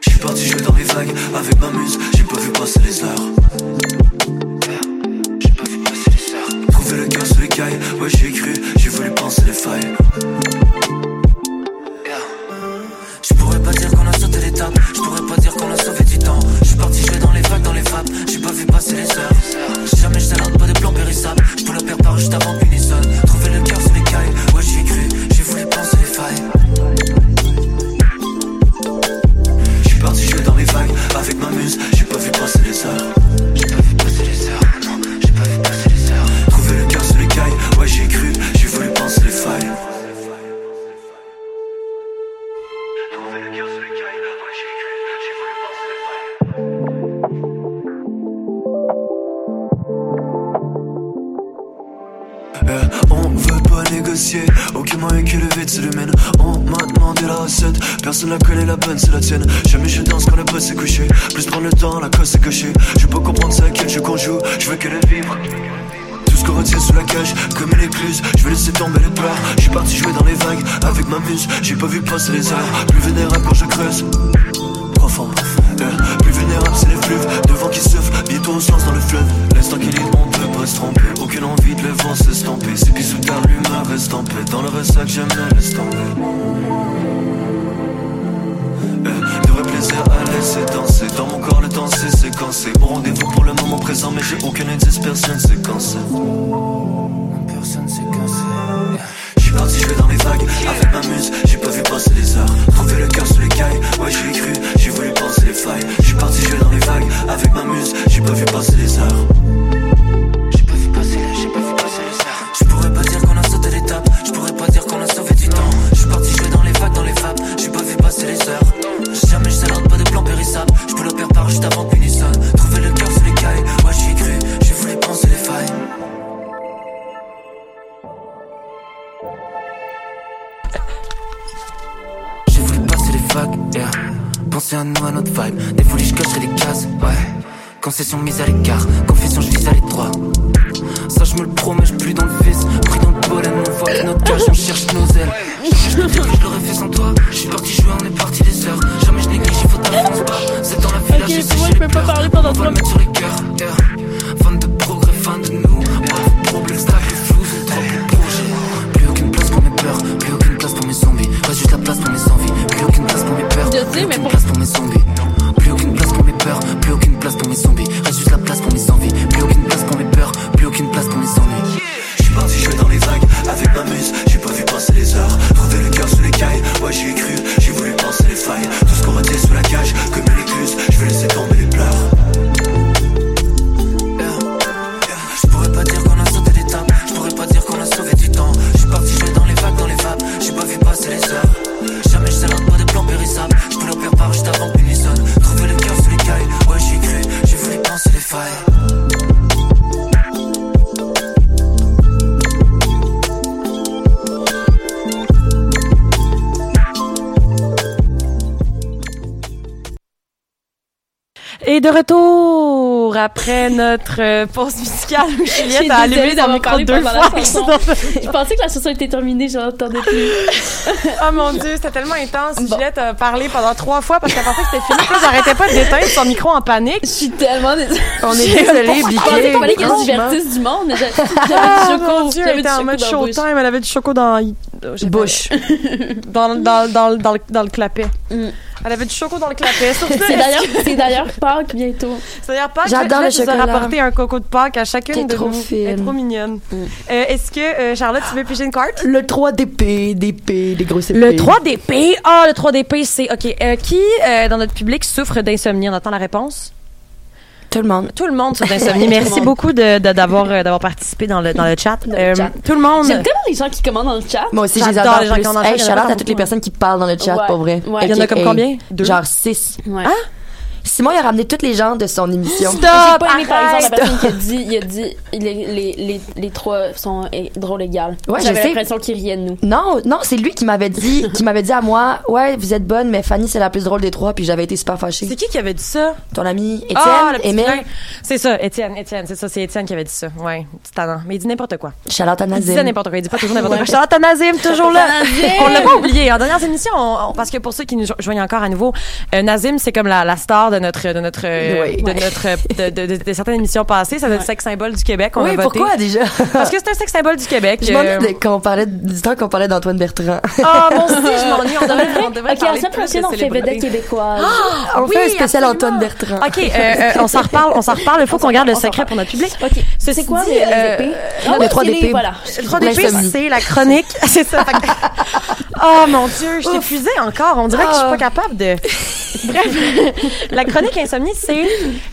Speaker 7: J'suis parti jouer dans les vagues avec ma muse, j'ai pas vu passer les heures. J'ai pas vu passer les heures. Trouver le cœur sous les cailles, ouais j'y ai cru, j'ai voulu penser les failles. Je pourrais pas dire qu'on a sauté l'étape, je pourrais pas dire qu'on a sauvé du temps. Je suis parti jouer dans les vagues, dans les vapes, j'ai pas vu passer les heures. J'ai Jamais je salade pas de plan périssable, je peux la perdre par juste avant l'unisson. Trouver le cœur sous les cailles, ouais j'y ai cru, j'ai voulu penser les failles. Je suis parti jouer dans les vagues avec ma muse, j'ai pas vu passer les heures. J'ai pas vu passer les heures, non, j'ai pas vu passer les heures. Trouver le cœur sous les cailles, ouais j'ai cru, j'ai voulu penser les failles. Trouver le cœur sous les cailles, ouais j'ai cru, j'ai voulu penser les failles. Euh, on veut pas négocier, aucun moyen que le vide se l'humaine. On m'a demandé la recette, personne la connaît, la bonne c'est la tienne. Jamais je danse quand le boss est couché, plus prendre le temps, la cause est cochée. Je peux comprendre ça, quel jeu qu'on joue, je veux que le vivre. Tout ce qu'on retient sous la cage, comme une écluse, je vais laisser tomber les peurs. Je suis parti jouer dans les vagues, avec ma muse, j'ai pas vu passer les heures. Plus vénérable quand je creuse, profond. Euh, plus vulnérable c'est les fleuves, devant qui souffle, bientôt on se lance dans le fleuve. L'instant qu'il est, on peut pas se tromper, aucune envie de le vent s'estomper. C'est bisous car l'humain reste en paix, dans le ressac jamais laisse tomber. Euh, de vrai plaisir à laisser danser, dans mon corps le temps c'est séquencé. Au rendez-vous pour le moment présent, mais j'ai aucun indice, personne séquencé. Personne séquencé. Je suis parti jouer dans les vagues avec ma muse, j'ai pas vu passer les heures. Trouver le cœur sous les cailles, ouais j'y ai cru, j'ai voulu penser les failles. Je suis parti jouer dans les vagues avec ma muse, j'ai pas vu passer les heures. J'ai pas vu passer les, j'ai pas vu passer les heures. Je pourrais pas dire qu'on a sauté l'étape, je pourrais pas dire qu'on a sauvé du temps. Je suis parti jouer dans les vagues, dans les fables, j'ai pas vu passer les heures. Jamais je salade pas de plan périssable, je peux le perdre par juste avant qu'une sonne. Trouver le cœur sous les cailles, ouais j'y ai cru, j'ai voulu penser les failles. J'ai voulu passer les vagues, yeah. Penser à nous, à notre vibe. Des folies, je cacherai les cases, ouais. Concession mise à l'écart, confession, je vise à l'étroit. Ça, je me le promets, je plus dans le vice. Pris dans le pollen, on voit que notre cage, on cherche nos ailes. Je te dis que je l'aurais fait sans toi. Je suis parti jouer, on est parti des heures. Jamais je néglige, il faut t'avancer pas. C'est dans la village,
Speaker 3: Ok, tu
Speaker 7: j'ai
Speaker 3: vois, je
Speaker 7: séché les
Speaker 3: peux pas
Speaker 7: pleurs.
Speaker 3: parler pendant
Speaker 7: On va
Speaker 3: trois
Speaker 7: le mettre sur les cœurs, yeah. Fan de progrès, fan de nous. Pas de problème, stack, le flou, c'est trop plus projet. Plus aucune place pour mes peurs, plus aucune place pour mes zombies. Reste juste la place pour mes envies, plus aucune place pour mes peurs.
Speaker 3: Je sais,
Speaker 7: plus
Speaker 3: mais
Speaker 7: aucune
Speaker 3: pour-
Speaker 7: place pour mes zombies. Plus aucune place pour mes peurs, plus aucune place pour mes zombies. Reste juste la place pour mes envies, plus aucune place pour mes peurs, plus aucune place pour mes ennuis. Je suis parti jouer dans les vagues avec ma muse, j'ai pas vu passer les heures. Trouver le cœur sous les cailles, ouais j'y ai cru, j'ai voulu penser les failles. Tout ce qu'on retient sous la cage, comme une écluse, je vais laisser tomber les pleurs. Je pourrais pas dire qu'on a sauté l'étape, je pourrais pas dire qu'on a sauvé du temps. Je suis parti jouer dans les vagues, dans les vapes, j'ai pas vu passer les heures. Jamais je salade pas de plan périssable, je peux le prépare juste avant qu'une sonne. Trouver le cœur sous les cailles, ouais j'y ai cru, j'ai voulu penser les failles.
Speaker 1: Et de retour après notre euh, pause musicale où Juliette a allumé son micro deux fois. [laughs]
Speaker 3: Je pensais que la chanson était terminée, je l'entendais plus.
Speaker 1: oh mon Dieu, c'était tellement intense.
Speaker 3: Bon.
Speaker 1: Juliette a parlé pendant trois fois parce qu'elle pensait que c'était fini. Puis là, j'arrêtais pas d'éteindre son micro en panique.
Speaker 3: Je suis tellement désolée.
Speaker 2: On est désolé,
Speaker 3: Je pensais qu'il fallait
Speaker 2: BK.
Speaker 3: qu'elle se
Speaker 2: franchement.
Speaker 3: divertisse du monde, mais j'a-
Speaker 1: [laughs] Ah,
Speaker 3: j'avais du
Speaker 1: mon
Speaker 3: choco.
Speaker 1: Dieu,
Speaker 3: j'avais
Speaker 1: elle
Speaker 3: du
Speaker 1: était en
Speaker 3: choco
Speaker 1: mode showtime.
Speaker 3: dans la bouche.
Speaker 2: [laughs]
Speaker 1: Elle avait du choco dans... je sais pas.
Speaker 2: Bouche.
Speaker 1: Dans, dans, dans, dans, le- dans le, dans le clapet.
Speaker 3: Mm.
Speaker 1: Elle avait du choco dans le clapet. Surtout,
Speaker 3: C'est
Speaker 1: est-ce
Speaker 3: d'ailleurs,
Speaker 1: que-
Speaker 3: c'est d'ailleurs Pâques bientôt.
Speaker 1: C'est d'ailleurs Pâques.
Speaker 2: J'adore
Speaker 1: Là,
Speaker 2: le
Speaker 1: tu nous as
Speaker 2: chocolat.
Speaker 1: rapporté un coco de Pâques à chacune
Speaker 2: T'es
Speaker 1: de
Speaker 2: trop
Speaker 1: nous.
Speaker 2: fine.
Speaker 1: Elle est trop mignonne.
Speaker 3: Mm.
Speaker 1: Euh, Est-ce que, euh, Charlotte, tu veux piger une carte?
Speaker 2: Le 3 d'épée, d'épée, des grosses épées.
Speaker 1: Le 3DP. Ah, le 3DP, c'est... OK. Euh, qui, euh, dans notre public, souffre d'insomnie? On attend la réponse.
Speaker 2: Tout le monde.
Speaker 1: Tout le monde souffre d'insomnie.
Speaker 3: Tout le
Speaker 1: Merci
Speaker 3: monde.
Speaker 1: beaucoup de- de- d'avoir euh, d'avoir participé dans le, dans le chat. Euh,
Speaker 3: Dans le chat.
Speaker 1: Tout le monde.
Speaker 3: J'aime tellement les gens qui commandent dans le chat.
Speaker 2: Moi aussi, je les
Speaker 1: J'adore
Speaker 2: adore.
Speaker 1: les gens
Speaker 2: plus.
Speaker 1: qui en ont
Speaker 2: Hey,
Speaker 1: fait, il y en a
Speaker 2: shout-out
Speaker 1: pas
Speaker 2: à
Speaker 1: beaucoup,
Speaker 2: toutes les
Speaker 1: hein.
Speaker 2: personnes qui parlent dans le chat,
Speaker 3: Ouais.
Speaker 2: pour vrai.
Speaker 3: Ouais. Il
Speaker 1: y en a comme
Speaker 2: AKA,
Speaker 1: combien? Deux?
Speaker 2: Genre 6.
Speaker 1: Ah,
Speaker 3: Ouais.
Speaker 2: Simon, il a ramené toutes les gens de son émission.
Speaker 3: J'ai
Speaker 1: Stop!
Speaker 3: pas aimé, par
Speaker 1: arrête!
Speaker 3: exemple, la personne qui a dit, il a dit, les, les, les, les trois sont é- drôles égales.
Speaker 2: Ouais, je
Speaker 3: J'avais
Speaker 2: sais.
Speaker 3: l'impression qu'ils riaient de nous.
Speaker 2: Non, non, c'est lui qui
Speaker 1: [laughs]
Speaker 2: m'avait dit, qui m'avait dit à moi, ouais, vous êtes bonne, mais Fanny c'est la plus drôle des trois, puis j'avais été super
Speaker 1: C'est
Speaker 2: fâchée.
Speaker 1: qui qui avait dit ça?
Speaker 2: Ton ami Étienne,
Speaker 1: Ah, le petit vilain.
Speaker 2: Emile,
Speaker 1: C'est ça, Étienne, Étienne, c'est ça, c'est Étienne qui avait dit ça. Ouais, petit tannant. Mais il dit n'importe quoi.
Speaker 2: Charlotte
Speaker 1: Il disait
Speaker 2: Anazine.
Speaker 1: n'importe quoi. Il dit pas toujours n'importe quoi. Charlotte Nazim, toujours là. On l'a pas oublié. En dernière émission, on- on- parce que pour ceux qui nous jo- joignent encore à nouveau, euh, Nazim, c'est comme la, la star de notre, de notre, euh,
Speaker 2: Oui.
Speaker 1: de
Speaker 2: Ouais.
Speaker 1: notre, euh, de, de- de- de certaines émissions passées. C'est le sexe symbole du Québec. On
Speaker 2: Oui,
Speaker 1: a voté.
Speaker 2: pourquoi déjà?
Speaker 1: [laughs] Parce que c'est un sexe symbole du Québec.
Speaker 2: [laughs] Je
Speaker 1: euh, [laughs]
Speaker 2: m'ennuie de- quand on parlais du temps qu'on parlait d'Antoine Bertrand.
Speaker 1: Ah, moi aussi, je m'ennuie. On devrait, on devrait
Speaker 3: Euh, Ok, à
Speaker 1: parler
Speaker 3: la semaine
Speaker 1: plus de
Speaker 3: prochaine, on fait
Speaker 1: célébrités.
Speaker 3: vedette québécoise.
Speaker 2: on fait un
Speaker 1: Ah oui,
Speaker 2: spécial
Speaker 1: absolument.
Speaker 2: Antoine Bertrand.
Speaker 1: OK, euh, euh, on s'en reparle, on s'en reparle. Il faut qu'on garde le secret pour notre public.
Speaker 3: Ok.
Speaker 1: Ceci
Speaker 3: C'est quoi
Speaker 1: dit,
Speaker 3: les, les
Speaker 1: euh,
Speaker 3: épées?
Speaker 2: le
Speaker 3: oui,
Speaker 2: 3
Speaker 3: c'est les-
Speaker 2: d'épée.
Speaker 3: Voilà.
Speaker 1: Le 3 d'épée,
Speaker 2: L'insomnie.
Speaker 1: c'est la chronique. [laughs] c'est ça. Fait que- oh mon Dieu, je suis épuisée encore. On dirait que je suis pas capable [laughs] de. Bref, la chronique insomnie, c'est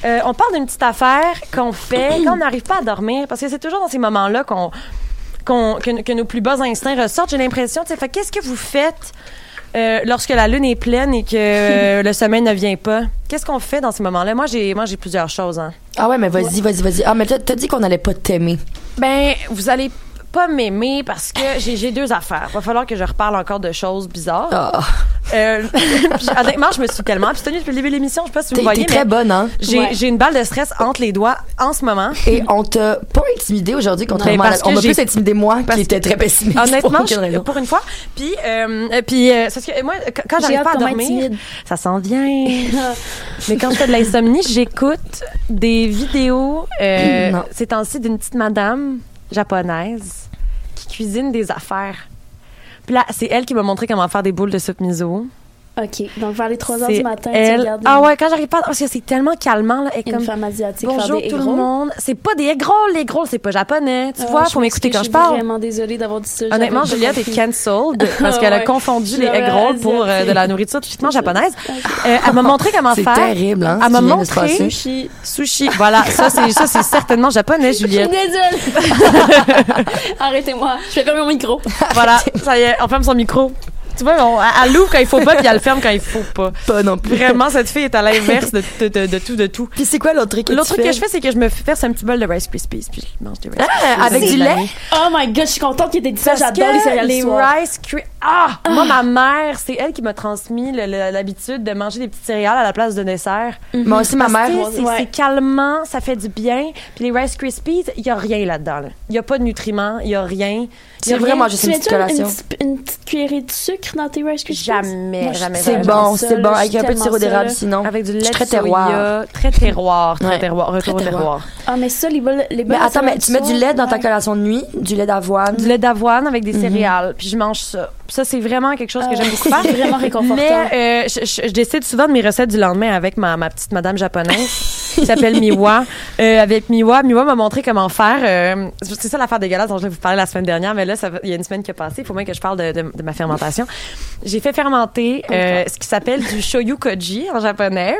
Speaker 1: euh, on parle d'une petite affaire qu'on [clears throat] fait quand on n'arrive pas à dormir, parce que c'est toujours dans ces moments-là qu'on qu'on- que, que nos plus bas instincts ressortent. J'ai l'impression, tu sais, fait qu'est-ce que vous faites? euh, lorsque la lune est pleine et que euh, le sommeil ne vient pas, qu'est-ce qu'on fait dans ces moments-là? Moi, j'ai, moi, j'ai plusieurs choses. Hein.
Speaker 2: Ah ouais, mais vas-y, vas-y, vas-y. Ah, mais t'as t'as dit qu'on allait pas t'aimer.
Speaker 1: Ben, vous allez pas m'aimer parce que j'ai j'ai deux affaires. Va falloir que je reparle encore de choses bizarres.
Speaker 2: Ah,
Speaker 1: Euh, [laughs] puis, honnêtement, je me suis tellement abstenue depuis le début de l'émission. Je sais pas si vous
Speaker 2: t'es
Speaker 1: voyez,
Speaker 2: t'es très
Speaker 1: mais
Speaker 2: bonne, hein?
Speaker 1: j'ai
Speaker 3: Ouais.
Speaker 1: j'ai une balle de stress entre les doigts en ce moment.
Speaker 2: Et on t'a pas intimidé aujourd'hui, contrairement
Speaker 1: Mais
Speaker 2: à la...
Speaker 1: parce
Speaker 2: On
Speaker 1: que
Speaker 2: m'a
Speaker 1: j'ai-
Speaker 2: plus intimidé moi, qui était très pessimiste. pour
Speaker 1: Honnêtement,
Speaker 2: aucune
Speaker 1: je-
Speaker 2: raison.
Speaker 1: pour une fois. Puis, euh, euh, puis euh, c'est parce que moi, qu- quand
Speaker 3: J'ai
Speaker 1: j'arrive
Speaker 3: hâte
Speaker 1: pas à
Speaker 3: qu'on m'aide
Speaker 1: dormir,
Speaker 3: timide.
Speaker 1: ça s'en vient. [laughs] Mais quand je fais de l'insomnie, j'écoute des vidéos
Speaker 3: [clears throat]
Speaker 1: euh,
Speaker 2: Non.
Speaker 1: ces temps-ci d'une petite madame japonaise qui cuisine des affaires. Puis là, c'est elle qui m'a montré comment faire des boules de soupe miso.
Speaker 3: Ok, donc vers les 3 heures
Speaker 1: C'est
Speaker 3: du matin, tu
Speaker 1: elle.
Speaker 3: regardes
Speaker 1: Ah ouais, quand j'arrive pas, parce que c'est tellement calmant là, et
Speaker 3: une
Speaker 1: comme
Speaker 3: femme asiatique
Speaker 1: bonjour
Speaker 3: faire des
Speaker 1: tout le
Speaker 3: egg rolls.
Speaker 1: monde. C'est pas des egg rolls, les egg rolls, c'est pas japonais. Tu
Speaker 3: Ah,
Speaker 1: vois,
Speaker 3: je
Speaker 1: faut m'écouter quand
Speaker 3: m'excuse,
Speaker 1: je parle.
Speaker 3: suis vraiment désolée d'avoir dit ça. j'avais
Speaker 1: Honnêtement,
Speaker 3: pas
Speaker 1: Juliette est
Speaker 3: compris. [laughs]
Speaker 1: cancelled parce
Speaker 3: Ah
Speaker 1: qu'elle a
Speaker 3: ouais.
Speaker 1: confondu les
Speaker 3: J'aurais
Speaker 1: egg rolls
Speaker 3: dû
Speaker 1: pour euh,
Speaker 3: dire.
Speaker 1: de la nourriture typiquement
Speaker 3: [laughs]
Speaker 1: japonaise. Euh, elle m'a montré comment
Speaker 2: C'est
Speaker 1: faire.
Speaker 2: terrible, hein,
Speaker 1: Elle
Speaker 2: ce
Speaker 1: m'a
Speaker 2: qui vient de se
Speaker 1: montré
Speaker 2: passer.
Speaker 3: Sushi.
Speaker 1: sushi. Voilà, ça c'est ça c'est certainement japonais,
Speaker 3: Je suis
Speaker 1: Juliette.
Speaker 3: désolée. [laughs] Arrêtez-moi. Je vais fermer mon micro.
Speaker 1: Voilà, ça y est, on ferme son micro. Tu vois, on, elle l'ouvre quand il faut pas puis elle le ferme quand il faut pas.
Speaker 2: Pas non plus.
Speaker 1: Vraiment, cette fille est à l'inverse de- de- de- de tout, de tout.
Speaker 2: Puis c'est quoi l'autre truc que
Speaker 1: L'autre
Speaker 2: tu
Speaker 1: truc que
Speaker 2: fais?
Speaker 1: je fais, c'est que je me verse un petit bol de Rice Krispies, puis je mange des Rice Krispies.
Speaker 2: Ah, avec
Speaker 1: C'est
Speaker 2: du
Speaker 1: la
Speaker 2: lait?
Speaker 1: nuit.
Speaker 3: Oh my god, je suis contente qu'il y ait des ça.
Speaker 1: Parce
Speaker 3: J'adore
Speaker 1: que
Speaker 3: les céréales
Speaker 1: les
Speaker 3: du soir.
Speaker 1: Rice Krispies... Ah! Moi, ma mère, c'est elle qui m'a transmis le- le- l'habitude de manger des petits céréales à la place de dessert.
Speaker 2: Moi aussi, ma
Speaker 1: Mhm. Parce
Speaker 2: mère.
Speaker 1: que c'est
Speaker 3: ouais.
Speaker 1: c'est calmant, ça fait du bien. Puis les Rice Krispies, il n'y a rien là-dedans. là. Il n'y a pas de nutriments, il n'y a rien. Il y
Speaker 2: C'est
Speaker 1: a rien.
Speaker 2: vraiment juste
Speaker 3: Tu
Speaker 2: une
Speaker 3: mets-tu
Speaker 2: petite collation.
Speaker 3: Une, petite- une petite cuillerée de sucre dans tes Rice Krispies?
Speaker 1: Jamais,
Speaker 3: Moi, je-
Speaker 1: jamais,
Speaker 2: C'est
Speaker 1: Ouais,
Speaker 2: bon,
Speaker 3: ça,
Speaker 2: c'est
Speaker 3: là,
Speaker 2: bon.
Speaker 3: je
Speaker 2: Avec
Speaker 3: suis
Speaker 2: un peu de sirop
Speaker 3: tellement
Speaker 2: d'érable,
Speaker 3: ça, là.
Speaker 2: sinon.
Speaker 1: Avec du
Speaker 2: Je
Speaker 1: lait
Speaker 2: suis très
Speaker 1: de soya, Bah,
Speaker 2: terroir.
Speaker 1: Très terroir, très
Speaker 2: Ouais.
Speaker 1: terroir, retour
Speaker 2: Très
Speaker 1: au
Speaker 2: terroir.
Speaker 1: terroir.
Speaker 3: Ah, mais ça, les bols, les
Speaker 2: Mais
Speaker 3: bols de
Speaker 2: attends,
Speaker 3: céréales
Speaker 2: mais tu mets du
Speaker 3: soir,
Speaker 2: lait dans ta
Speaker 3: ouais.
Speaker 2: collation de nuit, du lait d'avoine.
Speaker 1: du lait d'avoine avec des céréales. Puis je mange ça. Puis ça, c'est vraiment quelque chose que
Speaker 3: Ah
Speaker 1: j'aime
Speaker 3: ouais,
Speaker 1: beaucoup
Speaker 3: [laughs] c'est
Speaker 1: faire.
Speaker 3: vraiment réconfortant.
Speaker 2: hein.
Speaker 1: Mais euh, je, je- je décide souvent de mes recettes du lendemain avec ma, ma petite madame japonaise qui s'appelle
Speaker 2: [laughs]
Speaker 1: Miwa. Euh, avec Miwa, Miwa m'a montré comment faire. euh, c'est ça l'affaire dégueulasse dont je vais vous parler la semaine dernière, mais là, ça va- il y a une semaine qui a passé. Il faut moins que je parle de, de- de ma fermentation. J'ai fait fermenter euh, ce qui s'appelle du shoyu koji en japonais.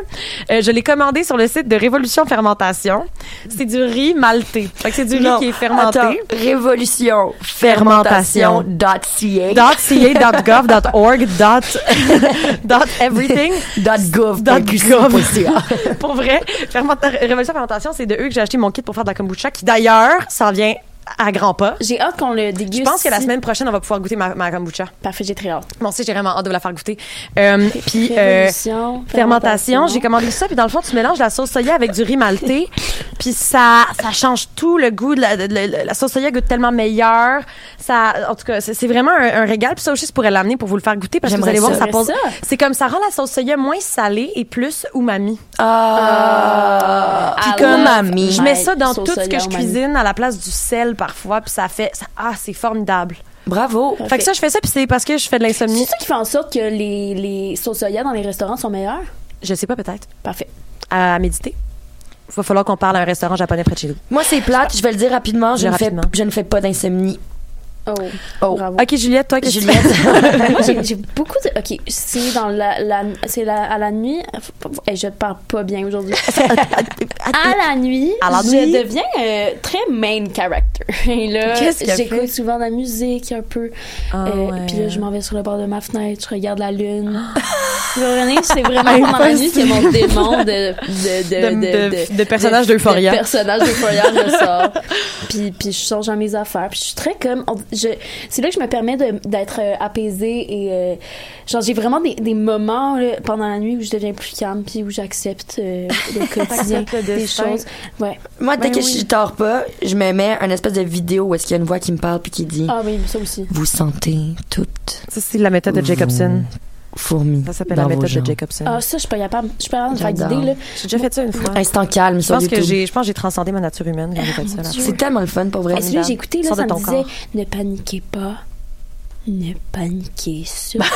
Speaker 1: Euh, je l'ai commandé sur le site de Révolution Fermentation. C'est du riz maltais. Fait que c'est du riz
Speaker 2: Non,
Speaker 1: qui est fermenté.
Speaker 2: attends, révolution
Speaker 1: Fermentation.
Speaker 2: fermentation.ca
Speaker 1: dot ca dot gov dot org dot
Speaker 2: [laughs]
Speaker 1: [laughs] dot everything
Speaker 2: dot gov
Speaker 1: dot gov.
Speaker 2: .ca.
Speaker 1: [laughs] pour vrai Fermenta- révolution fermentation c'est de eux que j'ai acheté mon kit pour faire de la kombucha qui d'ailleurs s'en vient à grands pas
Speaker 3: J'ai hâte qu'on le déguste.
Speaker 1: je pense que la semaine prochaine on va pouvoir goûter ma, ma kombucha
Speaker 3: Parfait, j'ai très hâte.
Speaker 1: bon si j'ai vraiment hâte de vous la faire goûter Euh, puis euh,
Speaker 3: Révolution,
Speaker 1: fermentation. J'ai commandé ça, puis dans le fond, tu mélanges la sauce soya avec du riz maltais, puis ça, ça change tout le goût. De la, de la- de la sauce soya goûte tellement meilleur. Ça, en tout cas, c'est c'est vraiment un, un régal. Puis ça aussi, je pourrais l'amener pour vous le faire goûter parce que vous
Speaker 2: J'aimerais
Speaker 1: allez voir,
Speaker 2: ça.
Speaker 1: ça pose.
Speaker 3: J'aimerais ça.
Speaker 1: C'est comme ça rend la sauce soya moins salée et plus umami.
Speaker 2: Ah,
Speaker 3: Ah,
Speaker 2: puis comme
Speaker 3: ouais.
Speaker 2: ami.
Speaker 1: Je mets
Speaker 3: Ouais,
Speaker 1: ça dans
Speaker 3: sauce
Speaker 1: tout ce
Speaker 3: soya
Speaker 1: que je
Speaker 3: umami.
Speaker 1: cuisine à la place du sel parfois, puis ça fait, ça- ah, c'est formidable.
Speaker 8: Bravo.
Speaker 1: Fait que ça, je fais ça, puis c'est parce que je fais de
Speaker 3: C'est
Speaker 1: l'insomnie.
Speaker 3: ça qui fait en sorte que les, les sauces soya dans les restaurants sont meilleures?
Speaker 1: Je sais pas, peut-être.
Speaker 3: Parfait.
Speaker 1: À méditer. Va falloir qu'on parle à un restaurant japonais près de chez nous.
Speaker 8: Moi, c'est plate. Je vais le dire rapidement. Je,
Speaker 1: Dis
Speaker 8: ne, fais,
Speaker 1: rapidement.
Speaker 8: je ne fais pas d'insomnie.
Speaker 3: Oh,
Speaker 8: Oh.
Speaker 3: bravo.
Speaker 1: OK, Juliette, toi, qu'est-ce que tu
Speaker 8: Juliette.
Speaker 3: Moi, j'ai j'ai beaucoup de. Ok, c'est dans la, la c'est la, à la nuit. et je parle pas
Speaker 1: [laughs]
Speaker 3: bien aujourd'hui. à la nuit,
Speaker 1: À la
Speaker 3: je
Speaker 1: nuit.
Speaker 3: deviens euh, très main character. [laughs] Et là,
Speaker 1: Qu'est-ce qu'elle fait?
Speaker 3: j'écoute souvent de la musique un peu.
Speaker 1: Ah
Speaker 3: Euh,
Speaker 1: ouais.
Speaker 3: Puis là, je m'en vais sur le bord de ma fenêtre, je regarde
Speaker 1: [gasps]
Speaker 3: la lune. Vous comprenez? C'est
Speaker 1: Ah,
Speaker 3: vraiment pendant la nuit que mon démon de, de, de,
Speaker 1: De- de- de personnage d'Euphoria.
Speaker 3: de personnage d'Euphoria ressort. Puis, puis je change dans mes affaires. Puis je suis très comme. on- je- c'est là que je me permets de- d'être euh, apaisée et. euh, genre, j'ai vraiment des, des moments là, pendant la nuit où je deviens plus calme puis où j'accepte euh, le quotidien,
Speaker 1: [laughs] T'acceptes le
Speaker 3: des
Speaker 1: destin.
Speaker 3: choses. Ouais.
Speaker 8: Moi, dès
Speaker 3: Ben
Speaker 8: que
Speaker 3: oui.
Speaker 8: je dors pas, je me mets un espèce de vidéo où est-ce qu'il y a une voix qui me parle puis qui dit
Speaker 3: Ah oui, ça aussi.
Speaker 8: Vous sentez toutes
Speaker 1: Ça, c'est la méthode de Jacobson.
Speaker 8: fourmis.
Speaker 1: Ça
Speaker 8: Mmh.
Speaker 1: s'appelle
Speaker 8: dans
Speaker 1: la
Speaker 8: vos
Speaker 1: méthode de
Speaker 8: jambes.
Speaker 1: Jacobson.
Speaker 3: Ah, ça, je suis pas capable. Je suis pas capable de me faire
Speaker 8: J'adore.
Speaker 3: guider, là.
Speaker 1: J'ai déjà fait ça une fois.
Speaker 8: Instant calme
Speaker 1: Je
Speaker 8: sur
Speaker 1: pense que
Speaker 8: YouTube.
Speaker 1: j'ai, je pense que j'ai transcendé ma nature humaine quand j'ai fait ça. là.
Speaker 8: C'est tellement le fun pour vrai.
Speaker 3: Et celui que j'ai écouté, là,
Speaker 1: Sors de
Speaker 3: ça me
Speaker 1: ton
Speaker 3: disait
Speaker 1: corps.
Speaker 3: ne paniquez pas. Ne
Speaker 1: [laughs]
Speaker 3: paniquez surtout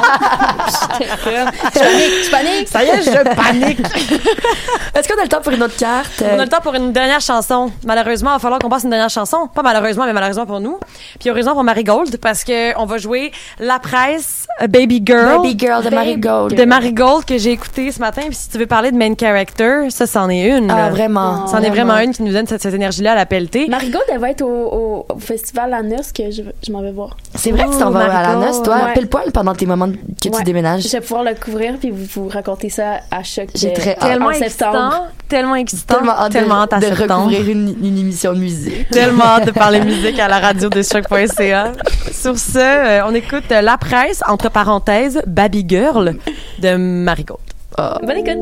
Speaker 3: pas. J'étais comme, Je panique, je panique.
Speaker 1: Ça y est, je panique.
Speaker 8: [laughs] Est-ce qu'on a le temps pour une autre carte?
Speaker 1: On a le temps pour une dernière chanson. Malheureusement, il va falloir qu'on passe une dernière chanson. Pas malheureusement, mais malheureusement pour nous. Puis heureusement pour Marie Gold, parce que on va jouer La Presse, euh, Baby Girl.
Speaker 8: Baby Girl de Marie Gold.
Speaker 1: de Marie Gold que j'ai écouté ce matin. Puis si tu veux parler de main character, ça, c'en est une.
Speaker 8: Ah,
Speaker 1: là.
Speaker 8: vraiment.
Speaker 1: C'en est vraiment une qui nous donne cette, cette énergie-là à la pelletée.
Speaker 3: Marigold, elle va être au, au festival La Noce que je, je m'en vais voir.
Speaker 8: C'est vrai que tu t'en
Speaker 1: Oh,
Speaker 8: vas à la
Speaker 1: Marie
Speaker 8: noce, toi,
Speaker 3: Gold.
Speaker 8: pile poil pendant tes moments que
Speaker 3: Ouais.
Speaker 8: tu déménages.
Speaker 3: Je vais pouvoir le couvrir puis vous, vous raconter ça à choc.
Speaker 8: J'ai
Speaker 3: euh,
Speaker 8: très hâte.
Speaker 3: en
Speaker 1: Tellement
Speaker 3: septembre.
Speaker 1: excitant, Ah, tellement excitant,
Speaker 8: Tellement hâte de,
Speaker 1: hâte à
Speaker 8: de
Speaker 1: septembre.
Speaker 8: recouvrir une, une émission de musique.
Speaker 1: Tellement hâte
Speaker 8: [laughs]
Speaker 1: de parler musique à la radio de choc.ca. Sur ce, euh, on écoute euh, La Presse, entre parenthèses, Baby Girl de Marie Gold.
Speaker 8: Ah,
Speaker 3: Bonne écoute.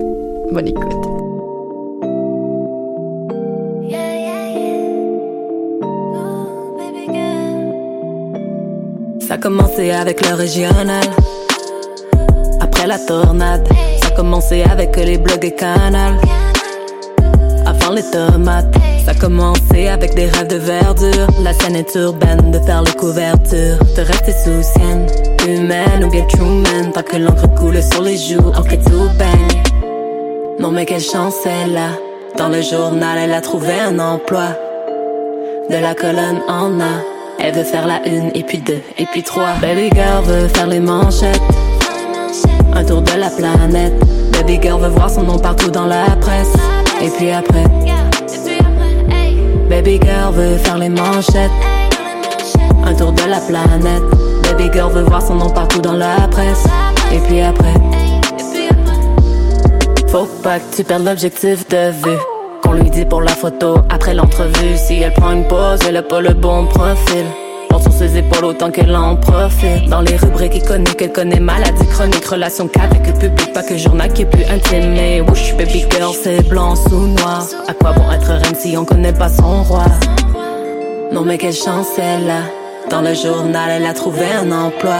Speaker 8: bonne écoute.
Speaker 4: Yeah, yeah, yeah. Ooh, baby girl.
Speaker 2: Ça a commencé avec le régional. Après la tornade, ça a commencé avec les blogs et canals. Avant les tomates, ça a commencé avec des rêves de verdure. La scène est urbaine, de faire les couvertures, de rester sous scène. Humaine ou bien Truman, tant que l'encre coule sur les joues, ok tout baigne. Non mais quelle chance elle a, dans le journal elle a trouvé un emploi de la colonne en A. Elle veut faire la une et puis deux et puis trois. Baby girl veut faire les manchettes, un tour de la planète. Baby girl veut voir son nom partout dans la presse. Et puis après,
Speaker 4: Yeah, et puis après, hey,
Speaker 2: baby girl veut faire les manchettes,
Speaker 4: hey, dans les manchettes,
Speaker 2: un tour de la planète. Baby girl veut voir son nom partout dans la presse. Et puis après.
Speaker 4: hey, et puis après,
Speaker 2: Faut pas que tu perdes l'objectif de vue. Qu'on lui dit pour la photo après l'entrevue. Si elle prend une pause, elle a pas le bon profil. Porte sur ses épaules autant qu'elle en profite. Dans les rubriques qu'elle connaît, qu'elle connaît maladie chronique, relation qu'avec le public, pas que journal qui est plus intime. Mais wouch, baby girl, c'est blanc sous noir. À quoi bon être reine si on connaît pas son roi? Non mais quelle chance elle a. Dans le journal, elle a trouvé un emploi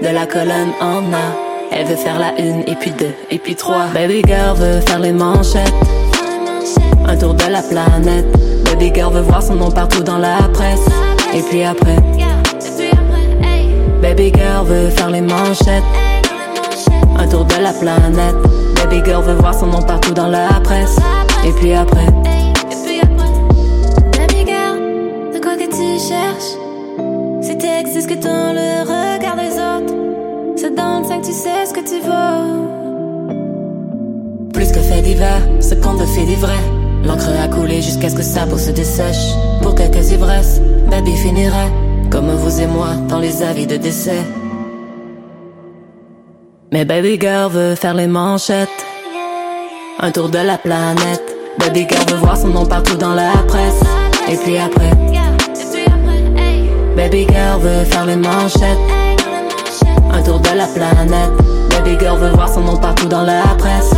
Speaker 2: de la colonne en A. Elle veut faire la une et puis deux et puis trois. Baby girl veut faire les manchettes,
Speaker 4: dans les manchettes,
Speaker 2: un tour de la planète. Baby girl veut voir son nom partout dans la presse. Et puis après,
Speaker 4: yeah, et puis après, hey,
Speaker 2: baby girl veut faire les manchettes,
Speaker 4: hey, dans les manchettes,
Speaker 2: un tour de la planète. Baby girl veut voir son nom partout dans la presse. Et puis après,
Speaker 4: hey, et puis après. Baby girl, de quoi que tu cherches? Si t'existes que dans le regard des autres, c'est dans le sang que tu sais ce que tu vaux.
Speaker 2: plus que fait divers, ce qu'on te fait des vrais. L'encre a coulé jusqu'à ce que sa peau se dessèche. Pour quelques ivresses, baby finira comme vous et moi dans les avis de décès. Mais baby girl veut faire les manchettes, un tour de la planète. Baby girl veut voir son nom partout dans la presse. Et puis après,
Speaker 4: Yeah, et puis après, hey,
Speaker 2: baby girl veut faire les manchettes,
Speaker 4: hey, dans les manchettes,
Speaker 2: un tour de la planète. Baby girl veut voir son nom partout dans la presse.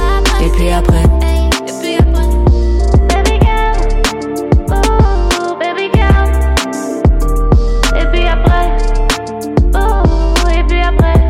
Speaker 2: Et puis après.
Speaker 4: hey, et puis après. Baby girl, oh, baby girl, et puis après, oh, et puis après.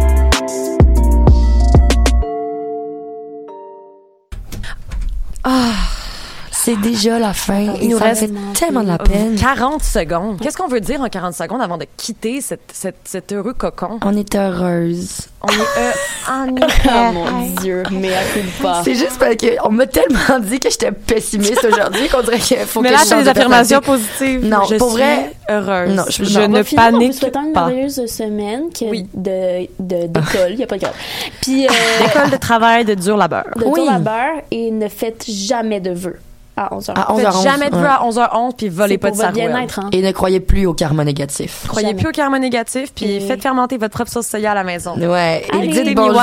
Speaker 8: C'est
Speaker 2: c'est déjà la fin.
Speaker 1: Il
Speaker 2: et
Speaker 1: nous
Speaker 2: ça me
Speaker 1: reste
Speaker 2: fait tellement de la peine.
Speaker 1: 40 secondes. Qu'est-ce qu'on veut dire en 40 secondes avant de quitter cette- cette- cet heureux cocon?
Speaker 2: On est heureuse.
Speaker 1: On est,
Speaker 2: [laughs]
Speaker 1: euh, en-
Speaker 3: Oh mon Dieu, mais à coup de pas.
Speaker 2: C'est juste parce qu'on m'a tellement dit que j'étais pessimiste aujourd'hui qu'on dirait qu'il faut
Speaker 1: Mais
Speaker 2: que
Speaker 1: là,
Speaker 2: je
Speaker 1: c'est des
Speaker 2: change de
Speaker 1: affirmations
Speaker 2: personnalité.
Speaker 1: positives.
Speaker 2: Non,
Speaker 1: je
Speaker 2: pour
Speaker 1: suis
Speaker 2: vrai,
Speaker 1: heureuse.
Speaker 2: non, je-
Speaker 1: je,
Speaker 2: non. On
Speaker 3: On
Speaker 1: ne
Speaker 3: va finir en vous
Speaker 1: panique
Speaker 3: souhaitant une
Speaker 1: pas.
Speaker 3: merveilleuse semaine que
Speaker 1: Oui.
Speaker 3: de de- d'école, il n'y a pas de grave. Puis euh,
Speaker 1: École de travail de dur labeur.
Speaker 3: de
Speaker 2: Oui.
Speaker 3: tour à beurre et ne faites jamais de vœux à 11h.
Speaker 2: À 11
Speaker 1: Faites
Speaker 2: h
Speaker 1: jamais de vœux à 11h11 puis volez pas de
Speaker 3: votre
Speaker 1: sarouel.
Speaker 3: bien-être. Hein.
Speaker 2: Et ne croyez plus au karma négatif.
Speaker 1: Croyez
Speaker 3: Jamais.
Speaker 1: plus au karma négatif puis
Speaker 3: Et-
Speaker 1: faites fermenter votre propre sauce soya à la maison.
Speaker 2: Ouais. Et
Speaker 3: Allez,
Speaker 2: dites
Speaker 3: les
Speaker 2: bonjour